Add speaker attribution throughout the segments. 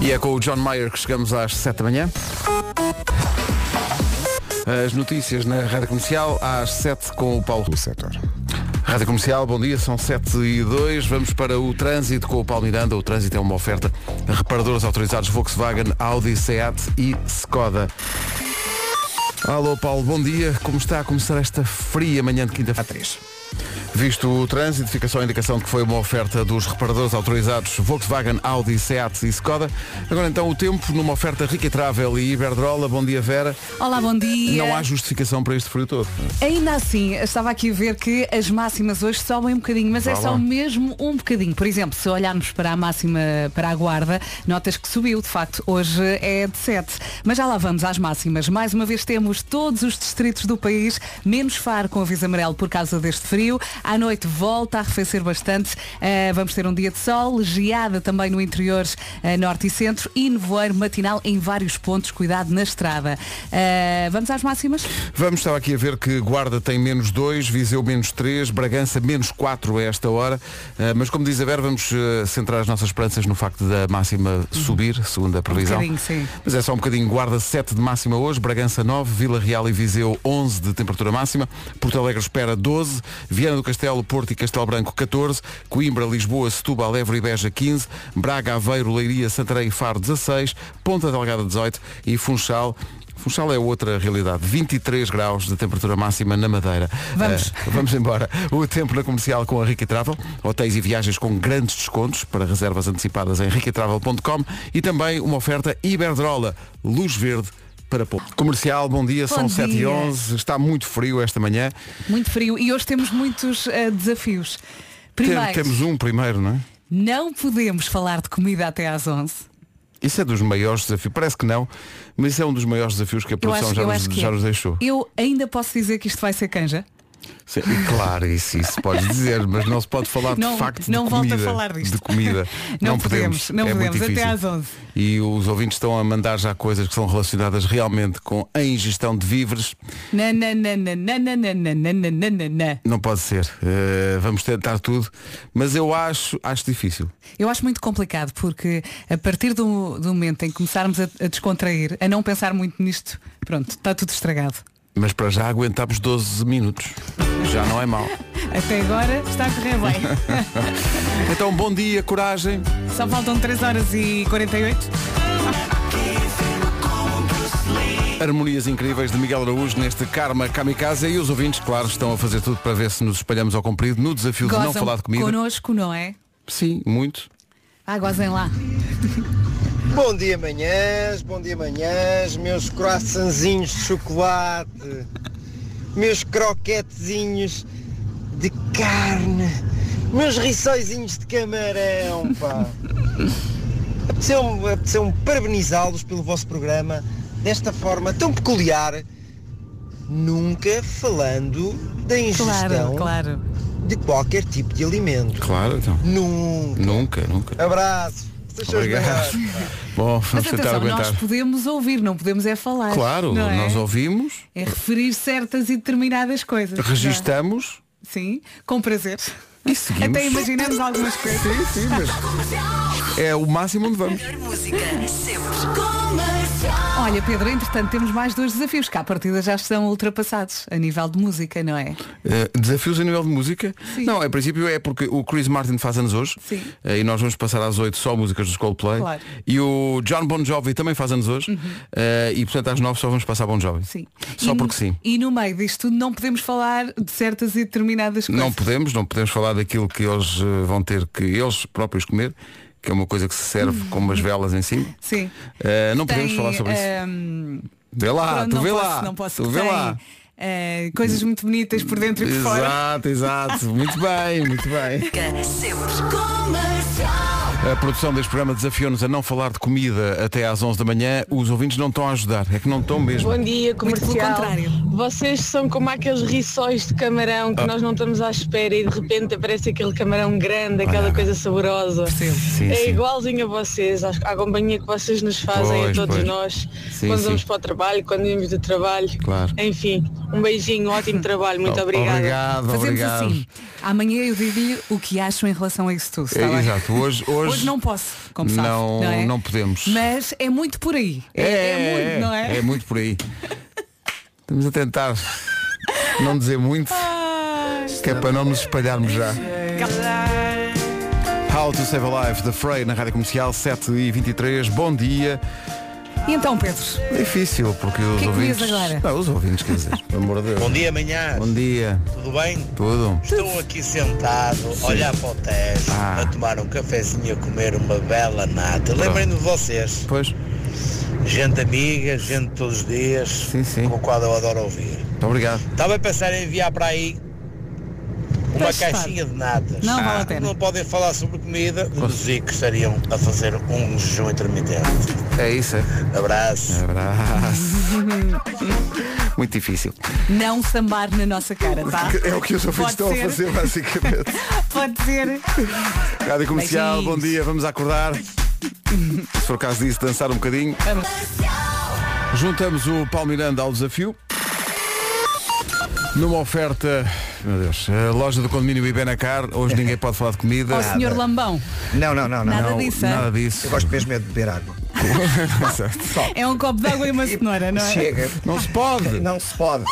Speaker 1: E é com o John Mayer que chegamos às 7 da manhã. As notícias na Rádio Comercial às 7 com o Paulo. Setor. Rádio Comercial, bom dia, são 7 e 2. Vamos para o trânsito com o Paulo Miranda. O trânsito é uma oferta a reparadores autorizados Volkswagen, Audi, Seat e Skoda. Alô Paulo, bom dia. Como está a começar esta fria manhã de quinta-feira? 3. Visto o trânsito, fica só a indicação de que foi uma oferta dos reparadores autorizados Volkswagen, Audi, Seat e Skoda. Agora então o tempo numa oferta rica e travel e Iberdrola. Bom dia Vera.
Speaker 2: Olá, bom dia.
Speaker 1: Não há justificação para este frio todo.
Speaker 2: Ainda assim, estava aqui a ver que as máximas hoje sobem um bocadinho, mas é
Speaker 1: Vá
Speaker 2: só
Speaker 1: lá.
Speaker 2: mesmo um bocadinho. Por exemplo, se olharmos para a máxima para a guarda, notas que subiu, de facto, hoje é de 7. Mas já lá vamos às máximas. Mais uma vez temos todos os distritos do país, menos Faro com aviso amarelo por causa deste frio. À noite volta a arrefecer bastante. Eh, vamos ter um dia de sol, geada também no interior eh, norte e centro e nevoeiro matinal em vários pontos. Cuidado na estrada. Eh, vamos às máximas?
Speaker 1: Vamos estar aqui a ver que Guarda tem menos 2, Viseu menos 3, Bragança menos 4 a esta hora. Eh, mas como diz a Vera, vamos eh, centrar as nossas esperanças no facto da máxima subir, segundo a previsão.
Speaker 2: bocadinho, sim.
Speaker 1: Mas é só um bocadinho. Guarda 7 de máxima hoje, Bragança 9, Vila Real e Viseu 11 de temperatura máxima, Porto Alegre espera 12, Viana do Castelo, Porto e Castelo Branco 14, Coimbra, Lisboa, Setúbal, Évora e Beja 15, Braga, Aveiro, Leiria, Santarém e Faro 16, Ponta Delgada 18 e Funchal Funchal é outra realidade. 23 graus de temperatura máxima na Madeira.
Speaker 2: Vamos.
Speaker 1: Eh, vamos embora. O tempo na comercial com a Rica Travel. Hotéis e viagens com grandes descontos para reservas antecipadas em ricatravel.com e também uma oferta Iberdrola. Luz verde para pouco. Comercial, bom dia.
Speaker 2: Bom
Speaker 1: são
Speaker 2: dia.
Speaker 1: 7 e 11 Está muito frio esta manhã.
Speaker 2: Muito frio e hoje temos muitos eh, desafios.
Speaker 1: Tem-
Speaker 2: Primeiro,
Speaker 1: temos um primeiro, não é?
Speaker 2: não podemos falar de comida até às 11.
Speaker 1: Isso é dos maiores desafios. Parece que não, mas isso é um dos maiores desafios que a
Speaker 2: Eu
Speaker 1: produção
Speaker 2: acho,
Speaker 1: já,
Speaker 2: eu
Speaker 1: nos,
Speaker 2: acho que
Speaker 1: já
Speaker 2: é.
Speaker 1: nos deixou.
Speaker 2: Eu ainda posso dizer que isto vai ser canja.
Speaker 1: Sim, e claro, isso, isso pode dizer, mas não se pode falar de
Speaker 2: Não-
Speaker 1: facto
Speaker 2: não
Speaker 1: de
Speaker 2: volto a
Speaker 1: comida.
Speaker 2: falar disto.
Speaker 1: De comida.
Speaker 2: Não podemos, não
Speaker 1: é muito
Speaker 2: podemos, até
Speaker 1: difícil.
Speaker 2: às 11.
Speaker 1: E os ouvintes estão a mandar já coisas que são relacionadas realmente com a ingestão de víveres.
Speaker 2: Na, na, na, na, na, na, na, na, na, na, na, na, na.
Speaker 1: Não pode ser. Eh, vamos tentar tudo. Mas eu acho, acho difícil.
Speaker 2: Eu acho muito complicado porque a partir do, do momento em que começarmos a, a descontrair, a não pensar muito nisto, pronto, está tudo estragado.
Speaker 1: Mas para já aguentamos 12 minutos. Já não é mal.
Speaker 2: Até agora está a correr bem.
Speaker 1: Então, bom dia, coragem.
Speaker 2: Só faltam 3 horas e 48.
Speaker 1: Harmonias incríveis de Miguel Araújo neste Karma Kamikaze. E os ouvintes, claro, estão a fazer tudo para ver se nos espalhamos ao comprido no desafio de não
Speaker 2: Gozam
Speaker 1: falar de comida.
Speaker 2: connosco, não é?
Speaker 1: Sim, muito.
Speaker 2: Ah, gozem lá.
Speaker 3: Bom dia manhãs, bom dia manhãs, meus croissantzinhos de chocolate, meus croquetezinhos de carne, meus rissóizinhos de camarão, pá. Apeteceu-me apeteceu parabenizá-los pelo vosso programa, desta forma tão peculiar, nunca falando da ingestão
Speaker 2: Claro, claro.
Speaker 3: de qualquer tipo de alimento.
Speaker 1: Claro, então.
Speaker 3: Nunca.
Speaker 1: Nunca, nunca.
Speaker 3: Abraço. Sejam
Speaker 1: Obrigado. Bom,
Speaker 2: Mas
Speaker 1: vamos tentar
Speaker 2: atenção,
Speaker 1: aguentar.
Speaker 2: nós podemos ouvir, não podemos é falar.
Speaker 1: Claro,
Speaker 2: não é?
Speaker 1: nós ouvimos,
Speaker 2: É referir certas e determinadas coisas. não é?
Speaker 1: registamos
Speaker 2: Sim, com prazer.
Speaker 1: e seguimos.
Speaker 2: Até imaginamos algumas coisas.
Speaker 1: Sim, sim, mas é o máximo onde vamos.
Speaker 2: Olha, Pedro, entretanto temos mais dois desafios que à partida já estão ultrapassados a nível de música, não é?
Speaker 1: Eh, desafios a nível de música?
Speaker 2: Sim.
Speaker 1: Não, em princípio é porque o Chris Martin faz anos hoje
Speaker 2: Sim.
Speaker 1: eh, e nós vamos passar às 8 só músicas do Coldplay.
Speaker 2: Claro. Uhum.
Speaker 1: E o John Bon Jovi também faz anos hoje eh, e portanto às 9 só vamos passar Bon Jovi.
Speaker 2: Sim.
Speaker 1: Só
Speaker 2: E-
Speaker 1: porque sim.
Speaker 2: E no meio disto tudo não podemos falar de certas e determinadas coisas.
Speaker 1: Não podemos, não podemos falar daquilo que eles eh, vão ter que eles próprios comer, que é uma coisa que se serve com umas velas em cima.
Speaker 2: Sim.
Speaker 1: Eh, não podemos
Speaker 2: Uhum. Tem,
Speaker 1: falar sobre isso.
Speaker 2: ehm,
Speaker 1: Vê lá,
Speaker 2: pronto,
Speaker 1: tu
Speaker 2: não
Speaker 1: vê
Speaker 2: posso,
Speaker 1: lá.
Speaker 2: Não posso.
Speaker 1: tu
Speaker 2: que
Speaker 1: vê
Speaker 2: tem,
Speaker 1: lá.
Speaker 2: eh, coisas muito bonitas por dentro e por Tipo fora.
Speaker 1: Exato, exato. Muito bem, muito bem. A produção deste programa desafiou-nos a não falar de comida até às 11 da manhã. Os ouvintes não estão a ajudar. É que não estão mesmo.
Speaker 4: Bom dia,
Speaker 2: pelo
Speaker 4: comercial.
Speaker 2: contrário.
Speaker 4: Vocês são como aqueles rissóis de camarão
Speaker 1: Ah.
Speaker 4: que nós não estamos à espera e de repente aparece aquele camarão grande, aquela
Speaker 1: Olha.
Speaker 4: coisa saborosa.
Speaker 2: Percebo.
Speaker 1: Sim,
Speaker 4: é
Speaker 1: sim.
Speaker 4: igualzinho a vocês, à, à companhia que vocês nos fazem
Speaker 1: Pois,
Speaker 4: a todos
Speaker 1: pois.
Speaker 4: nós.
Speaker 1: Sim,
Speaker 4: quando
Speaker 1: sim.
Speaker 4: vamos para o trabalho, quando vimos do trabalho.
Speaker 1: Claro.
Speaker 4: Enfim, um beijinho, um ótimo trabalho, muito
Speaker 1: Oh,
Speaker 4: obrigada.
Speaker 1: Obrigado,
Speaker 2: Fazemos
Speaker 1: obrigado.
Speaker 2: assim. Amanhã eu digo-lhe o que acho em relação a isso tudo. Está
Speaker 1: É,
Speaker 2: bem?
Speaker 1: Exato, hoje, hoje, hoje-
Speaker 2: hoje não posso, como sabe,
Speaker 1: Não-
Speaker 2: é?
Speaker 1: não podemos.
Speaker 2: Mas é muito por aí. É, é muito, não é?
Speaker 1: É muito por aí. Estamos a tentar não dizer muito, que é para não nos espalharmos já. How to Save a Life, The Frey, na Rádio Comercial 7 e 23 Bom dia.
Speaker 2: E então, Pedro,
Speaker 1: Difícil, porque os
Speaker 2: que comias
Speaker 1: ouvintes...
Speaker 2: agora?
Speaker 1: Não, os ouvintes, quer dizer, pelo amor de Deus.
Speaker 5: Bom dia, manhã.
Speaker 1: Bom dia.
Speaker 5: Tudo bem?
Speaker 1: Tudo.
Speaker 5: Estou aqui sentado, a olhar para o Tejo,
Speaker 1: Ah.
Speaker 5: a tomar um cafezinho e a comer uma bela nata. Lembrem-me de vocês,
Speaker 1: Pois,
Speaker 5: gente amiga, gente todos os dias,
Speaker 1: Sim, sim.
Speaker 5: com a qual eu adoro ouvir.
Speaker 1: muito obrigado.
Speaker 5: Estava a pensar em enviar para aí uma
Speaker 2: Testado.
Speaker 5: caixinha de natas.
Speaker 2: Não vale a pena.
Speaker 5: Não podem falar sobre comida, os que estariam a fazer um jejum intermitente.
Speaker 1: É isso, é.
Speaker 5: Abraço.
Speaker 1: Abraço. Muito difícil.
Speaker 2: não sambar na nossa cara, tá?
Speaker 1: É o que os ouvintes estão
Speaker 2: Pode ser.
Speaker 1: a fazer, basicamente.
Speaker 2: Pode ser.
Speaker 1: Rádio Comercial,
Speaker 2: Beijinhos.
Speaker 1: bom dia, vamos acordar. Se for o caso disso, dançar um bocadinho.
Speaker 2: Vamos.
Speaker 1: Juntamos o Paulo Miranda ao desafio. Numa oferta, meu Deus, a loja do condomínio Ibenacar, hoje ninguém pode falar de comida.
Speaker 2: Ó senhor é? Lambão,
Speaker 6: Não, não, não, não.
Speaker 2: Nada
Speaker 1: Não,
Speaker 2: disso, hein?
Speaker 1: nada disso.
Speaker 6: Eu gosto mesmo é de beber água.
Speaker 2: é um copo de água e uma cenoura, não é?
Speaker 6: Chega.
Speaker 1: Não se pode,
Speaker 6: Não se pode.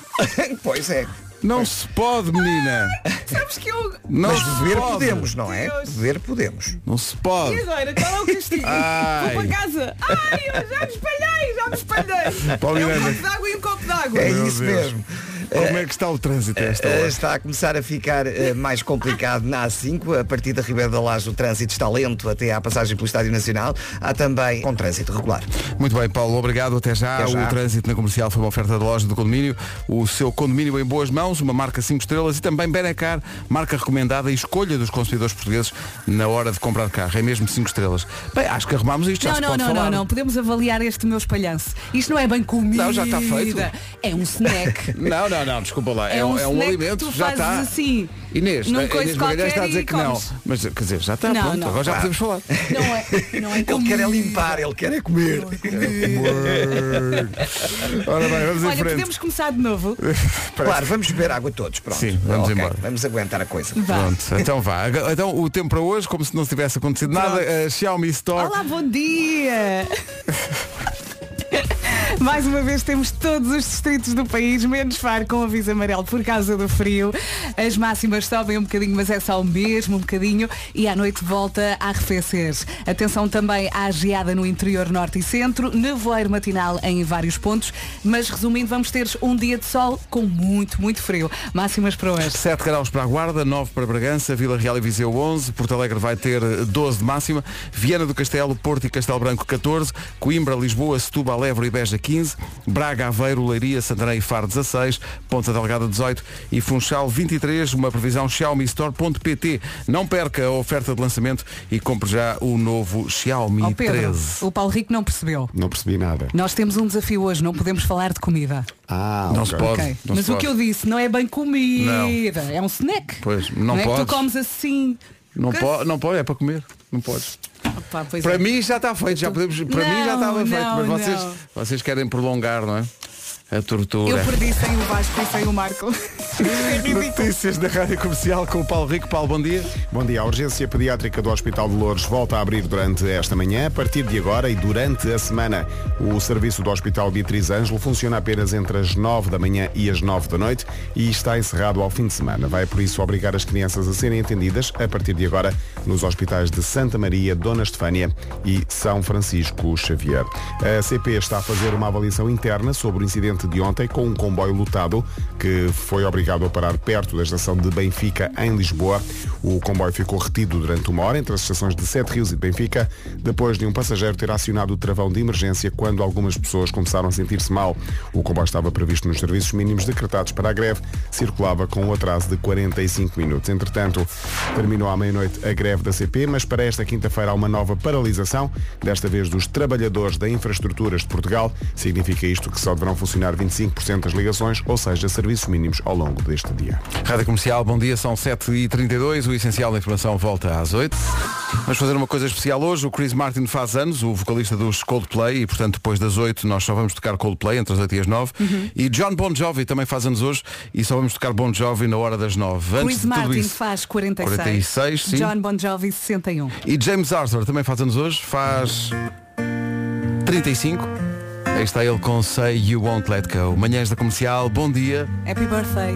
Speaker 6: pois é.
Speaker 1: não se pode, menina.
Speaker 2: Sabes que eu.
Speaker 1: Não
Speaker 6: Mas
Speaker 1: se
Speaker 6: beber
Speaker 1: pode.
Speaker 6: podemos, não é?
Speaker 2: Deus.
Speaker 6: Beber podemos.
Speaker 1: Não se
Speaker 2: E
Speaker 1: pode.
Speaker 2: agora? Qual é o castigo?
Speaker 1: Ai.
Speaker 2: Vou para casa. Ai, eu já me espalhei, já me espalhei.
Speaker 1: Paulo
Speaker 2: é um
Speaker 1: Miranda.
Speaker 2: copo de água e um copo de água.
Speaker 6: É
Speaker 1: Meu
Speaker 6: isso
Speaker 1: Deus.
Speaker 6: mesmo.
Speaker 1: Como é que está o trânsito a esta
Speaker 6: Eh,
Speaker 1: hora?
Speaker 6: Está a começar a ficar eh, mais complicado na A5, a partir da Ribeira da Laje o trânsito está lento até à passagem pelo Estádio Nacional, há também com trânsito regular.
Speaker 1: Muito bem, Paulo, obrigado. Até já.
Speaker 6: Até já.
Speaker 1: O trânsito na comercial foi uma oferta da loja do condomínio. O seu condomínio em boas mãos, uma marca 5 estrelas e também Benacar, marca recomendada e escolha dos consumidores portugueses na hora de comprar carro. É mesmo 5 estrelas. Bem, acho que arrumámos isto. já
Speaker 2: Não,
Speaker 1: se
Speaker 2: não,
Speaker 1: pode
Speaker 2: não, não,
Speaker 1: falar.
Speaker 2: não. Podemos avaliar este meu espalhanço. Isto não é bem comida.
Speaker 1: Não, já está feito.
Speaker 2: É um snack.
Speaker 1: Não, não, não, desculpa lá. É,
Speaker 2: É um
Speaker 1: é um
Speaker 2: snack
Speaker 1: alimento,
Speaker 2: que tu
Speaker 1: já
Speaker 2: fazes
Speaker 1: está.
Speaker 2: assim,
Speaker 1: Inês,
Speaker 2: num
Speaker 1: a-
Speaker 2: coiso
Speaker 1: Inês Magalhães está a
Speaker 2: qualquer
Speaker 1: dizer
Speaker 2: e
Speaker 1: que não.
Speaker 2: comes.
Speaker 1: Mas quer dizer, já está,
Speaker 2: Não,
Speaker 1: pronto,
Speaker 2: não.
Speaker 1: agora já
Speaker 2: Ah.
Speaker 1: podemos falar.
Speaker 2: Não é, não é
Speaker 6: Ele quer é
Speaker 2: comida.
Speaker 6: limpar, ele quer é comer.
Speaker 1: Ora bem, vamos em
Speaker 2: Olha,
Speaker 1: frente.
Speaker 2: podemos começar de novo.
Speaker 6: Claro, vamos beber água todos, pronto.
Speaker 1: Sim, vamos
Speaker 6: Ok,
Speaker 1: embora.
Speaker 6: Vamos aguentar a coisa.
Speaker 2: Vá.
Speaker 1: Pronto, então vá. Aga- Então o tempo para hoje, como se não tivesse acontecido nada,
Speaker 2: Pronto.
Speaker 1: a Xiaomi Store.
Speaker 2: Olá, bom dia! Mais uma vez temos todos os distritos do país, menos Faro com aviso amarelo por causa do frio. As máximas sobem um bocadinho, mas é só o mesmo, um bocadinho, e à noite volta a arrefecer. Atenção também à geada no interior norte e centro, nevoeiro matinal em vários pontos, mas resumindo, vamos ter um dia de sol com muito, muito frio. Máximas para hoje.
Speaker 1: 7 graus para a Guarda, 9 para Bragança, Vila Real e Viseu 11, Porto Alegre vai ter 12 de máxima, Viana do Castelo, Porto e Castelo Branco 14, Coimbra, Lisboa, Setúbal, Évora e Beja 15, Braga, Aveiro, Leiria, Santarém e Faro 16, Ponta Delgada 18 e Funchal 23, uma previsão Xiaomi Store.pt. Não perca a oferta de lançamento e compre já o novo Xiaomi
Speaker 2: Ó Oh, Pedro,
Speaker 1: 13.
Speaker 2: o Paulo Rico não percebeu.
Speaker 7: Não percebi nada.
Speaker 2: Nós temos um desafio hoje, não podemos falar de comida.
Speaker 7: Ah,
Speaker 1: Não
Speaker 7: ok.
Speaker 1: se pode.
Speaker 2: Ok,
Speaker 1: não
Speaker 2: Mas
Speaker 1: se
Speaker 2: o que eu
Speaker 1: pode.
Speaker 2: disse não é bem comida, é um snack.
Speaker 1: Pois, não
Speaker 2: é que tu
Speaker 1: podes.
Speaker 2: comes assim.
Speaker 1: Não,
Speaker 2: Coisa-
Speaker 1: pode, não pode, é para comer. Não podes.
Speaker 2: Opa, pois
Speaker 1: Para
Speaker 2: é.
Speaker 1: mim já está feito, já podemos. Para mim já estava
Speaker 2: Não,
Speaker 1: feito, mas
Speaker 2: não,
Speaker 1: vocês,
Speaker 2: não.
Speaker 1: vocês querem prolongar, não é? A
Speaker 2: Eu
Speaker 1: tortura.
Speaker 2: perdi sem o Vasco e sem o Marco. Isto é ridículo.
Speaker 1: Notícias da Rádio Comercial com o Paulo Rico. Paulo, bom dia.
Speaker 7: Bom dia. A urgência pediátrica do Hospital de Lourdes volta a abrir durante esta manhã. A partir de agora e durante a semana, o serviço do Hospital Beatriz Ângelo funciona apenas entre as 9 da manhã e as 9 da noite e está encerrado ao fim de semana. Vai, por isso, obrigar as crianças a serem atendidas a partir de agora nos hospitais de Santa Maria, Dona Estefânia e São Francisco Xavier. A CP está a fazer uma avaliação interna sobre o incidente de ontem com um comboio lotado que foi obrigado a parar perto da estação de Benfica, em Lisboa. O comboio ficou retido durante uma hora entre as estações de Sete Rios e de Benfica, depois de um passageiro ter acionado o travão de emergência quando algumas pessoas começaram a sentir-se mal. O comboio estava previsto nos serviços mínimos decretados para a greve, circulava com um atraso de 45 minutos. Entretanto, terminou à meia-noite a greve da CP, mas para esta quinta-feira há uma nova paralisação, desta vez dos trabalhadores da Infraestruturas de Portugal. Significa isto que só deverão funcionar 25% das ligações, ou seja, serviços mínimos ao longo longo deste dia.
Speaker 1: Rádio Comercial, bom dia, são 7h32, o Essencial da Informação volta às 8 Vamos fazer uma coisa especial hoje, o Chris Martin faz anos, o vocalista dos Coldplay, e portanto depois das 8 nós só vamos tocar Coldplay, entre as 8 e as 9.
Speaker 2: Uhum.
Speaker 1: E John Bon Jovi também faz anos hoje, e só vamos tocar Bon Jovi na hora das 9. Antes
Speaker 2: Chris
Speaker 1: de tudo
Speaker 2: Martin
Speaker 1: isso-
Speaker 2: faz 46.
Speaker 1: 46, sim.
Speaker 2: John Bon Jovi 61.
Speaker 1: E James Arthur também faz anos hoje, faz 35. Aí está ele com Say You Won't Let Go. Manhãs da Comercial, bom dia.
Speaker 2: Happy birthday.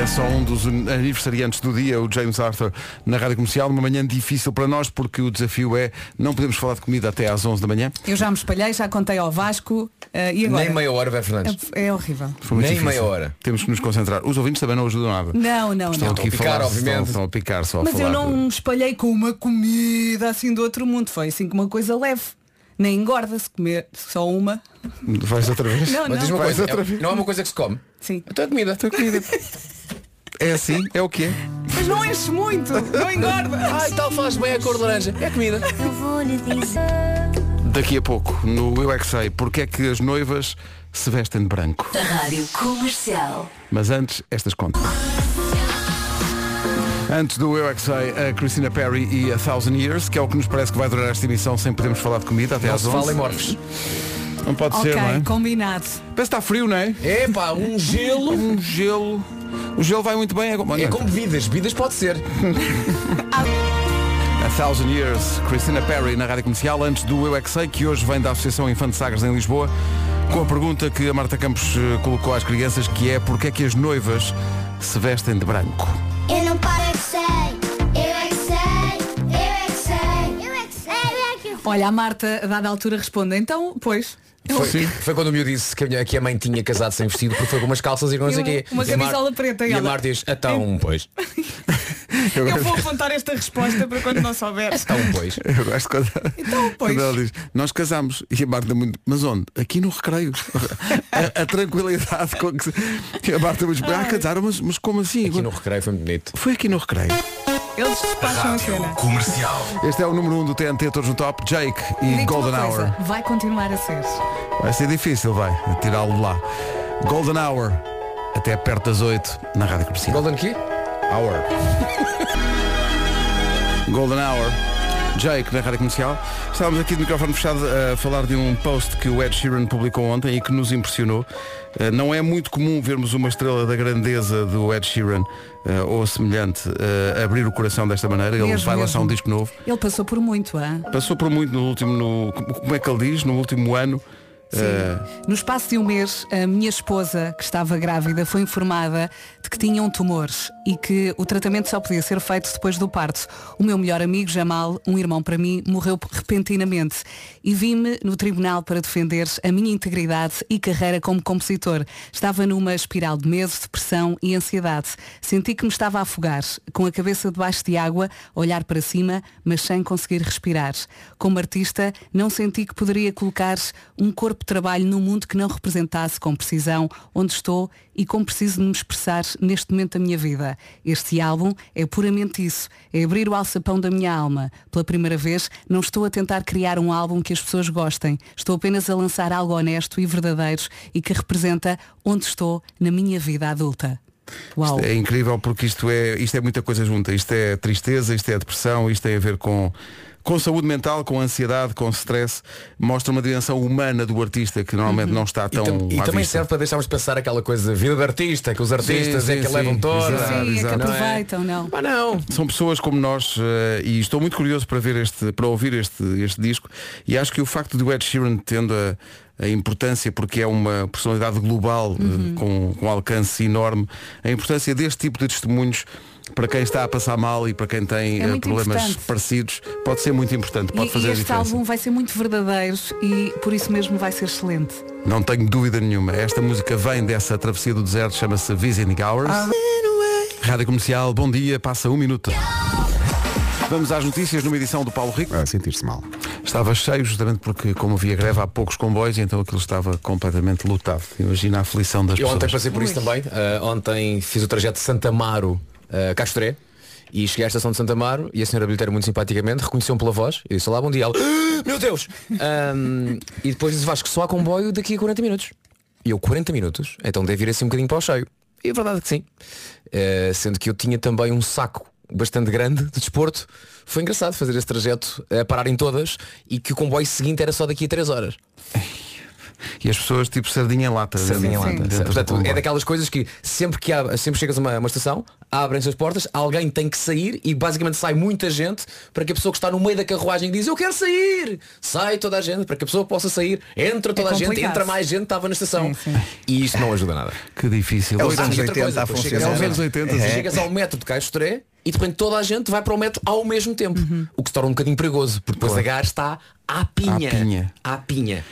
Speaker 1: É só um dos aniversariantes do dia, o James Arthur, na Rádio Comercial. Uma manhã difícil para nós porque o desafio é não podemos falar de comida até às 11 da manhã.
Speaker 2: Eu já me espalhei, já contei ao Vasco eh, e agora.
Speaker 8: Nem meia hora, Vé Fernandes.
Speaker 2: É, é horrível.
Speaker 1: Foi muito
Speaker 8: Nem
Speaker 1: difícil.
Speaker 8: meia hora.
Speaker 1: Temos que nos concentrar. Os ouvintes também não ajudam nada.
Speaker 2: Não, não,
Speaker 1: Estão
Speaker 2: não.
Speaker 1: aqui a
Speaker 8: a picar,
Speaker 1: falar,
Speaker 8: obviamente.
Speaker 1: Estão, estão a picar só a
Speaker 2: Mas
Speaker 1: falar
Speaker 2: eu
Speaker 1: de-
Speaker 2: não me espalhei com uma comida assim do outro mundo. Foi assim com uma coisa leve. Nem engorda se comer só uma.
Speaker 1: Vais outra vez?
Speaker 2: Não,
Speaker 8: Mas diz uma
Speaker 2: não.
Speaker 8: coisa,
Speaker 1: outra
Speaker 8: é-
Speaker 1: vez.
Speaker 8: não é uma coisa que se come.
Speaker 2: Sim.
Speaker 8: Então é comida.
Speaker 1: É assim? É o quê?
Speaker 2: Mas não enche muito. Não engorda.
Speaker 8: Ah, e tal faz bem a cor de laranja. É comida.
Speaker 1: Daqui a pouco, no Eu é que sei, porque é que as noivas se vestem de branco.
Speaker 9: Rádio Comercial.
Speaker 1: Mas antes, estas contas. Antes do Eu é que sei, a Christina Perry e a Thousand Years, que é o que nos parece que vai durar esta emissão sem podermos falar de comida até
Speaker 8: Não
Speaker 1: É às
Speaker 8: se fala
Speaker 1: 11.
Speaker 8: em morfos.
Speaker 1: Não pode
Speaker 2: ok,
Speaker 1: ser, não é? Parece
Speaker 2: combinado.
Speaker 1: que está frio, não é?
Speaker 8: É pá, um gelo.
Speaker 1: Um gelo. O gelo vai muito bem agora.
Speaker 8: É como bebidas. Bebidas pode ser.
Speaker 1: A Thousand Years, Christina Perry na Rádio Comercial, antes do Eu é que sei, que hoje vem da Associação Infante Sagres em Lisboa, com a pergunta que a Marta Campos eh, colocou às crianças, que é porque é que as noivas se vestem de branco?
Speaker 10: Eu não paro, eu que sei. Eu é que sei. Eu é que sei. Eu é que sei. Eu é que sei.
Speaker 2: Olha, a Marta, a dada altura, responde. Então, pois. eu-
Speaker 8: Foi, foi quando o meu disse que a, minha, que a mãe tinha casado sem vestido porque foi com umas calças e não sei o
Speaker 2: E
Speaker 8: quê.
Speaker 2: uma
Speaker 8: E a Mar-
Speaker 2: camisola preta, e
Speaker 8: E a
Speaker 2: ela-
Speaker 8: Marta diz, então, pois.
Speaker 1: Eu,
Speaker 2: Eu
Speaker 1: gosto-
Speaker 2: vou apontar esta resposta para quando não souber.
Speaker 8: Então, pois.
Speaker 1: eu gosto quando,
Speaker 2: Então, pois.
Speaker 1: quando ela diz, nós casamos e a Marta muito, mas onde? Aqui no recreio. a, a tranquilidade com que se- a Marta muito, ah, casaram, mas, mas como assim?
Speaker 8: Aqui no recreio foi muito bonito.
Speaker 1: Foi aqui no recreio.
Speaker 2: Eles despacham a cena.
Speaker 1: Este é o número 1 um do TNT, todos no top, Jake e
Speaker 2: Digo-te
Speaker 1: Golden
Speaker 2: uma
Speaker 1: Hour.
Speaker 2: coisa, Vai continuar a ser.
Speaker 1: Vai ser difícil, vai, tirá-lo de lá. Golden Hour, até perto das 8, na Rádio Comercial.
Speaker 8: Golden Key?
Speaker 1: Hour. Golden Hour. Jake, na Rádio Comercial. Estávamos aqui de microfone fechado a falar de um post que o Ed Sheeran publicou ontem e que nos impressionou. Eh, Não é muito comum vermos uma estrela da grandeza do Ed Sheeran eh, ou semelhante eh, abrir o coração desta maneira. Ele
Speaker 2: Mesmo,
Speaker 1: vai lançar um
Speaker 2: mesmo.
Speaker 1: disco novo.
Speaker 2: Ele passou por muito, hã?
Speaker 1: Passou por muito no último, no- como é que ele diz? No último ano. eh,
Speaker 2: No espaço de um mês, a minha esposa, que estava grávida, foi informada de que tinha um tumor e que o tratamento só podia ser feito depois do parto. O meu melhor amigo, Jamal, um irmão para mim, morreu repentinamente e vi-me no tribunal para defender a minha integridade e carreira como compositor. Estava numa espiral de medo, depressão e ansiedade. Senti que me estava a afogar, com a cabeça debaixo de água, a olhar para cima, mas sem conseguir respirar. Como artista, não senti que poderia colocar um corpo de trabalho num mundo que não representasse com precisão onde estou e como preciso de me expressar neste momento da minha vida. Este álbum é puramente isso, é abrir o alçapão da minha alma. Pela primeira vez, não estou a tentar criar um álbum que as pessoas gostem. Estou apenas a lançar algo honesto e verdadeiro e que representa onde estou na minha vida adulta. Uau!
Speaker 1: Isto é incrível porque isto é, isto é muita coisa junta. Isto é tristeza, isto é depressão, isto tem a ver com, com saúde mental, com ansiedade, com stress. Mostra uma dimensão humana do artista que normalmente não está
Speaker 8: Uhum. E,
Speaker 1: tão.
Speaker 8: tam- e
Speaker 1: então, à
Speaker 8: também
Speaker 1: vista.
Speaker 8: serve para deixarmos passar aquela coisa da vida de artista, que os artistas
Speaker 1: Sim,
Speaker 8: é que
Speaker 1: sim,
Speaker 8: levam
Speaker 1: sim.
Speaker 8: toda.
Speaker 1: Exato,
Speaker 2: Sim, é que
Speaker 1: exato.
Speaker 8: Não é?
Speaker 2: aproveitam, não?
Speaker 8: Ah não.
Speaker 1: São pessoas como nós eh, e estou muito curioso para ver este, para ouvir este, este disco e acho que o facto do Ed Sheeran tendo a, a importância, porque é uma personalidade global eh,
Speaker 2: Uhum.
Speaker 1: com, com alcance enorme, a importância deste tipo de testemunhos para quem está a passar mal e para quem tem
Speaker 2: É
Speaker 1: eh,
Speaker 2: muito
Speaker 1: problemas
Speaker 2: importante.
Speaker 1: parecidos pode ser muito importante,
Speaker 2: E,
Speaker 1: pode fazer
Speaker 2: e
Speaker 1: a
Speaker 2: este
Speaker 1: diferença.
Speaker 2: álbum vai ser muito verdadeiro e por isso mesmo vai ser excelente.
Speaker 1: Não tenho dúvida nenhuma. Esta música vem dessa travessia do deserto, chama-se Visiting Hours. Rádio Comercial, bom dia, passa um minuto. Vamos às notícias numa edição do Paulo Rico.
Speaker 7: A sentir-se mal.
Speaker 1: Estava cheio justamente porque como havia greve há poucos comboios, então aquilo estava completamente lotado. Imagina a aflição das
Speaker 8: Eu ontem
Speaker 1: pessoas.
Speaker 8: passei por isso também. Ah, ontem fiz o trajeto de Santa Amaro a Castoré e cheguei à estação de Santa Amaro e a senhora bilheteira muito simpaticamente reconheceu-me pela voz e disse olá, bom dia. Ela, "Ah, meu Deus! Ahm, e depois disse Vasco, só há comboio daqui a 40 minutos. E eu 40 minutos, então deve ir assim um bocadinho para o cheio. E a verdade é que sim. Eh, sendo que eu tinha também um saco bastante grande de desporto. Foi engraçado fazer esse trajeto a pararem todas e que o comboio seguinte era só daqui a 3 horas.
Speaker 1: E as pessoas tipo sardinha em lata.
Speaker 8: Sardinha em
Speaker 1: dentro-
Speaker 8: lata.
Speaker 1: dentro do
Speaker 8: Portanto,
Speaker 1: comboio.
Speaker 8: é daquelas coisas que sempre que há- sempre chegas a uma, uma estação, abrem-se as portas, alguém tem que sair e basicamente sai muita gente para que a pessoa que está no meio da carruagem diz eu quero sair, sai toda a gente, para que a pessoa possa sair, entra toda a gente,
Speaker 2: complicado.
Speaker 8: entra mais gente, que estava na estação. E isto não ajuda nada.
Speaker 1: Que difícil.
Speaker 8: É
Speaker 1: Ou
Speaker 8: os
Speaker 1: seja,
Speaker 8: anos 80 a
Speaker 1: É
Speaker 8: funcionar.
Speaker 1: os anos 80.
Speaker 8: Tu
Speaker 1: sim.
Speaker 8: Chegas ao metro de Caixo Toré e de repente toda a gente vai para o metro ao mesmo tempo. O que se torna um bocadinho perigoso, porque depois a gás está à pinha.
Speaker 1: À pinha.
Speaker 8: À pinha.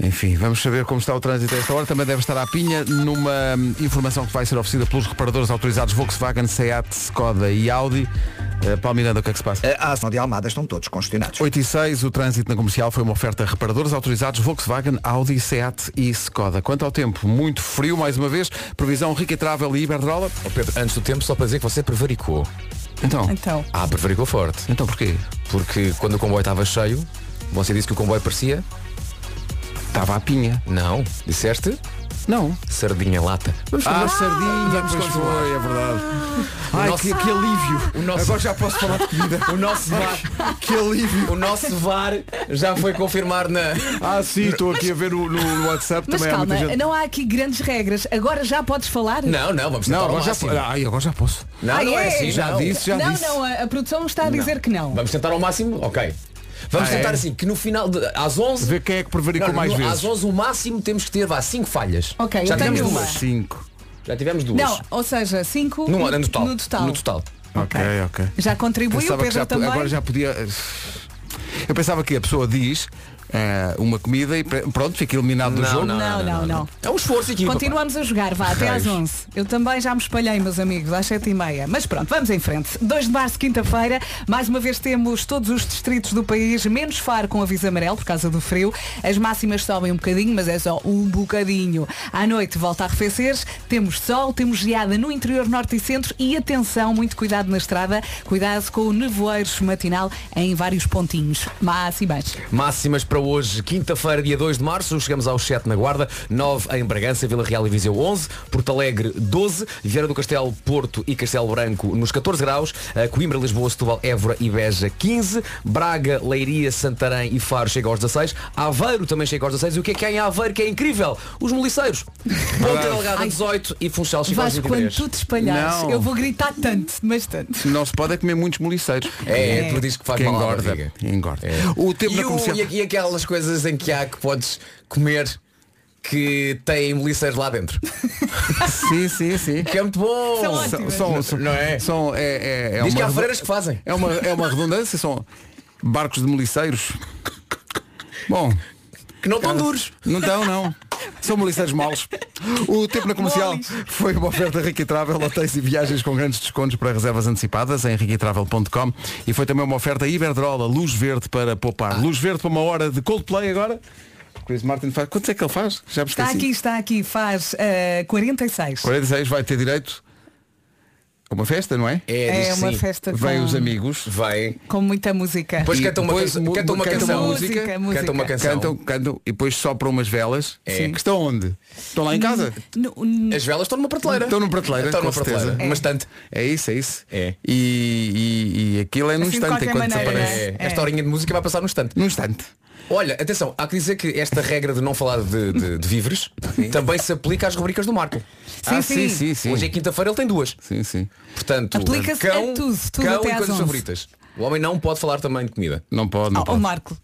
Speaker 1: Enfim, vamos saber como está o trânsito a esta hora. Também deve estar à pinha numa hum, informação que vai ser oferecida pelos reparadores autorizados Volkswagen, Seat, Skoda e Audi. Uh, Paulo Miranda, o que é que se passa?
Speaker 6: Eh, A ação de Almada estão todos congestionados.
Speaker 1: 8 e 6, o trânsito na comercial foi uma oferta a reparadores autorizados Volkswagen, Audi, Seat e Skoda. Quanto ao tempo, muito frio mais uma vez, previsão rica Travel e Iberdrola.
Speaker 8: antes do tempo, só para dizer que você prevaricou.
Speaker 1: Então,
Speaker 2: Então,
Speaker 8: Ah, prevaricou forte.
Speaker 1: então porquê?
Speaker 8: Porque quando o comboio estava cheio, você disse que o comboio parecia?
Speaker 1: Estava à pinha.
Speaker 8: Não. Disseste?
Speaker 1: Não.
Speaker 8: Sardinha lata. Vamos
Speaker 1: Ah,
Speaker 8: falar-
Speaker 1: sardinha,
Speaker 8: Vamos
Speaker 1: pois
Speaker 8: continuar.
Speaker 1: foi, é verdade. Ai,
Speaker 8: nosso-
Speaker 1: que, que alívio.
Speaker 8: O nosso-
Speaker 1: Agora já posso falar de comida.
Speaker 8: O nosso VAR,
Speaker 1: que alívio.
Speaker 8: o nosso VAR já foi confirmar na.
Speaker 1: Ah, sim, estou aqui a ver o- no, no WhatsApp
Speaker 2: mas
Speaker 1: também há
Speaker 2: calma,
Speaker 1: muita gente.
Speaker 2: não há aqui grandes regras. Agora já podes falar?
Speaker 8: Não, não, vamos tentar
Speaker 1: Não,
Speaker 8: ao
Speaker 1: agora já,
Speaker 8: máximo.
Speaker 1: ai, agora já posso.
Speaker 8: Não,
Speaker 2: Ah,
Speaker 8: não é
Speaker 2: é?
Speaker 8: assim,
Speaker 1: Já
Speaker 8: não.
Speaker 1: disse, já
Speaker 2: não,
Speaker 1: disse.
Speaker 2: não, a a produção está a dizer que não.
Speaker 8: Vamos tentar ao máximo? Ok. Vamos
Speaker 1: Ah,
Speaker 8: tentar
Speaker 1: é?
Speaker 8: assim, que no final, de, às 11...
Speaker 1: Ver quem é que prevaricou
Speaker 8: Não,
Speaker 1: mais
Speaker 8: no-
Speaker 1: vezes.
Speaker 8: Às 11 o máximo temos que ter, vá, 5 falhas.
Speaker 2: Ok,
Speaker 8: Já
Speaker 2: eu tenho
Speaker 8: tivemos
Speaker 2: uma.
Speaker 8: duas.
Speaker 1: Cinco.
Speaker 8: Já tivemos duas.
Speaker 2: Não, ou seja, cinco
Speaker 8: Numa, no, total.
Speaker 2: no total.
Speaker 8: No total.
Speaker 1: Ok, ok.
Speaker 2: Já contribuiu,
Speaker 1: Pensava que
Speaker 2: Pedro
Speaker 1: já, po-
Speaker 2: também?
Speaker 1: Agora já podia. eh, Eu pensava que a pessoa diz eh, uma comida e pre- pronto, fica eliminado do jogo.
Speaker 2: não.
Speaker 8: É um esforço aqui.
Speaker 2: Continuamos a jogar, vá, até às 11. Eu também já me espalhei, meus amigos, às 7h30. Mas pronto, vamos em frente. 2 de março, quinta-feira, mais uma vez temos todos os distritos do país, menos Faro com aviso amarelo por causa do frio. As máximas sobem um bocadinho, mas é só um bocadinho. À noite volta a arrefecer, temos sol, temos geada no interior norte e centro e atenção, muito cuidado na estrada, cuidado com o nevoeiro matinal em vários pontinhos. Máximas.
Speaker 8: Máximas para hoje, quinta-feira, dia 2 de março, chegamos aos 7 na Guarda, 9 em Bragança, Vila Real e Viseu 11, Porto Alegre 12, Vieira do Castelo, Porto e Castelo Branco nos 14 graus, eh, Coimbra, Lisboa, Setúbal, Évora e Beja 15, Braga, Leiria, Santarém e Faro chega aos 16, Aveiro também chega aos 16 e o que é que há em Aveiro que é incrível? Os moliceiros. Ponta Delgada 18 e Funchal chega aos
Speaker 2: Vais quando
Speaker 8: 23.
Speaker 2: tu te espalhares,
Speaker 1: Não.
Speaker 2: eu vou gritar tanto, mas tanto.
Speaker 1: Não se pode é comer muitos moliceiros.
Speaker 8: É, é, tu dizes que faz
Speaker 1: Que
Speaker 8: mal à
Speaker 1: engorda.
Speaker 8: barriga.
Speaker 1: Engorda.
Speaker 8: É.
Speaker 1: O tempo
Speaker 8: e,
Speaker 1: na
Speaker 8: o-
Speaker 1: comercial.
Speaker 8: e aqu- e aquelas coisas em que há que podes comer que têm milícias lá dentro.
Speaker 1: Sim, sim, sim.
Speaker 8: que é muito bom.
Speaker 2: São ótimas.
Speaker 1: São- são- são-
Speaker 8: Não é?
Speaker 1: são- é, é, é
Speaker 8: Diz que
Speaker 1: uma
Speaker 8: há
Speaker 1: redu-
Speaker 8: freiras que fazem.
Speaker 1: É uma, é uma redundância, são barcos de moliceiros. Bom,
Speaker 8: Que não estão duros.
Speaker 1: Não estão, não. São moliceiros maus. O tempo na comercial foi uma oferta Rica e Travel, hotéis e viagens com grandes descontos para reservas antecipadas em riquitravel.com e foi também uma oferta Iberdrola, luz verde para poupar. Luz verde para uma hora de Coldplay agora. Chris Martin faz. Quantos é que ele faz? Já me
Speaker 2: Está
Speaker 1: esqueci.
Speaker 2: Tá aqui, está aqui, faz eh, 46.
Speaker 1: 46 vai ter direito a uma festa, não é?
Speaker 8: diz que
Speaker 2: É uma
Speaker 8: sim.
Speaker 2: festa
Speaker 1: Vem
Speaker 2: com,
Speaker 1: os amigos.
Speaker 8: Vem.
Speaker 2: com muita música.
Speaker 8: Depois
Speaker 1: E
Speaker 8: canta uma,
Speaker 1: depois é
Speaker 8: canção-
Speaker 1: mu-
Speaker 8: canta uma
Speaker 1: canta
Speaker 8: canção.
Speaker 2: música,
Speaker 8: Canta uma
Speaker 2: música.
Speaker 8: canção.
Speaker 1: Cantam, cantam e depois sopram umas velas
Speaker 8: É.
Speaker 1: que estão onde? Estão lá em casa? É
Speaker 2: No- no-
Speaker 8: As velas estão numa prateleira.
Speaker 1: Estão numa prateleira,
Speaker 8: Estão numa
Speaker 1: com certeza.
Speaker 8: prateleira.
Speaker 1: É.
Speaker 8: Uma estante.
Speaker 1: É isso, é isso.
Speaker 8: É.
Speaker 1: E, e, e aquilo é num
Speaker 2: Assim, de
Speaker 1: instante,
Speaker 2: qualquer
Speaker 1: enquanto
Speaker 2: maneira,
Speaker 1: desaparece.
Speaker 8: É.
Speaker 2: É.
Speaker 8: Esta horinha de música vai passar num instante.
Speaker 1: Num instante.
Speaker 8: Olha, atenção, há que dizer que esta regra de não falar de, de- de víveres também se aplica às rubricas do Marco.
Speaker 2: Sim,
Speaker 1: ah,
Speaker 2: sim.
Speaker 1: sim, sim, sim.
Speaker 8: Hoje é quinta-feira, ele tem duas.
Speaker 1: Sim, sim.
Speaker 8: Portanto,
Speaker 2: Aplica-se a
Speaker 8: cão,
Speaker 2: tudo, tudo
Speaker 8: cão
Speaker 2: até
Speaker 8: e
Speaker 2: às
Speaker 8: coisas
Speaker 2: 11.
Speaker 8: favoritas. O homem não pode falar também de comida.
Speaker 1: Não pode, não
Speaker 2: Oh,
Speaker 1: pode.
Speaker 2: Marco,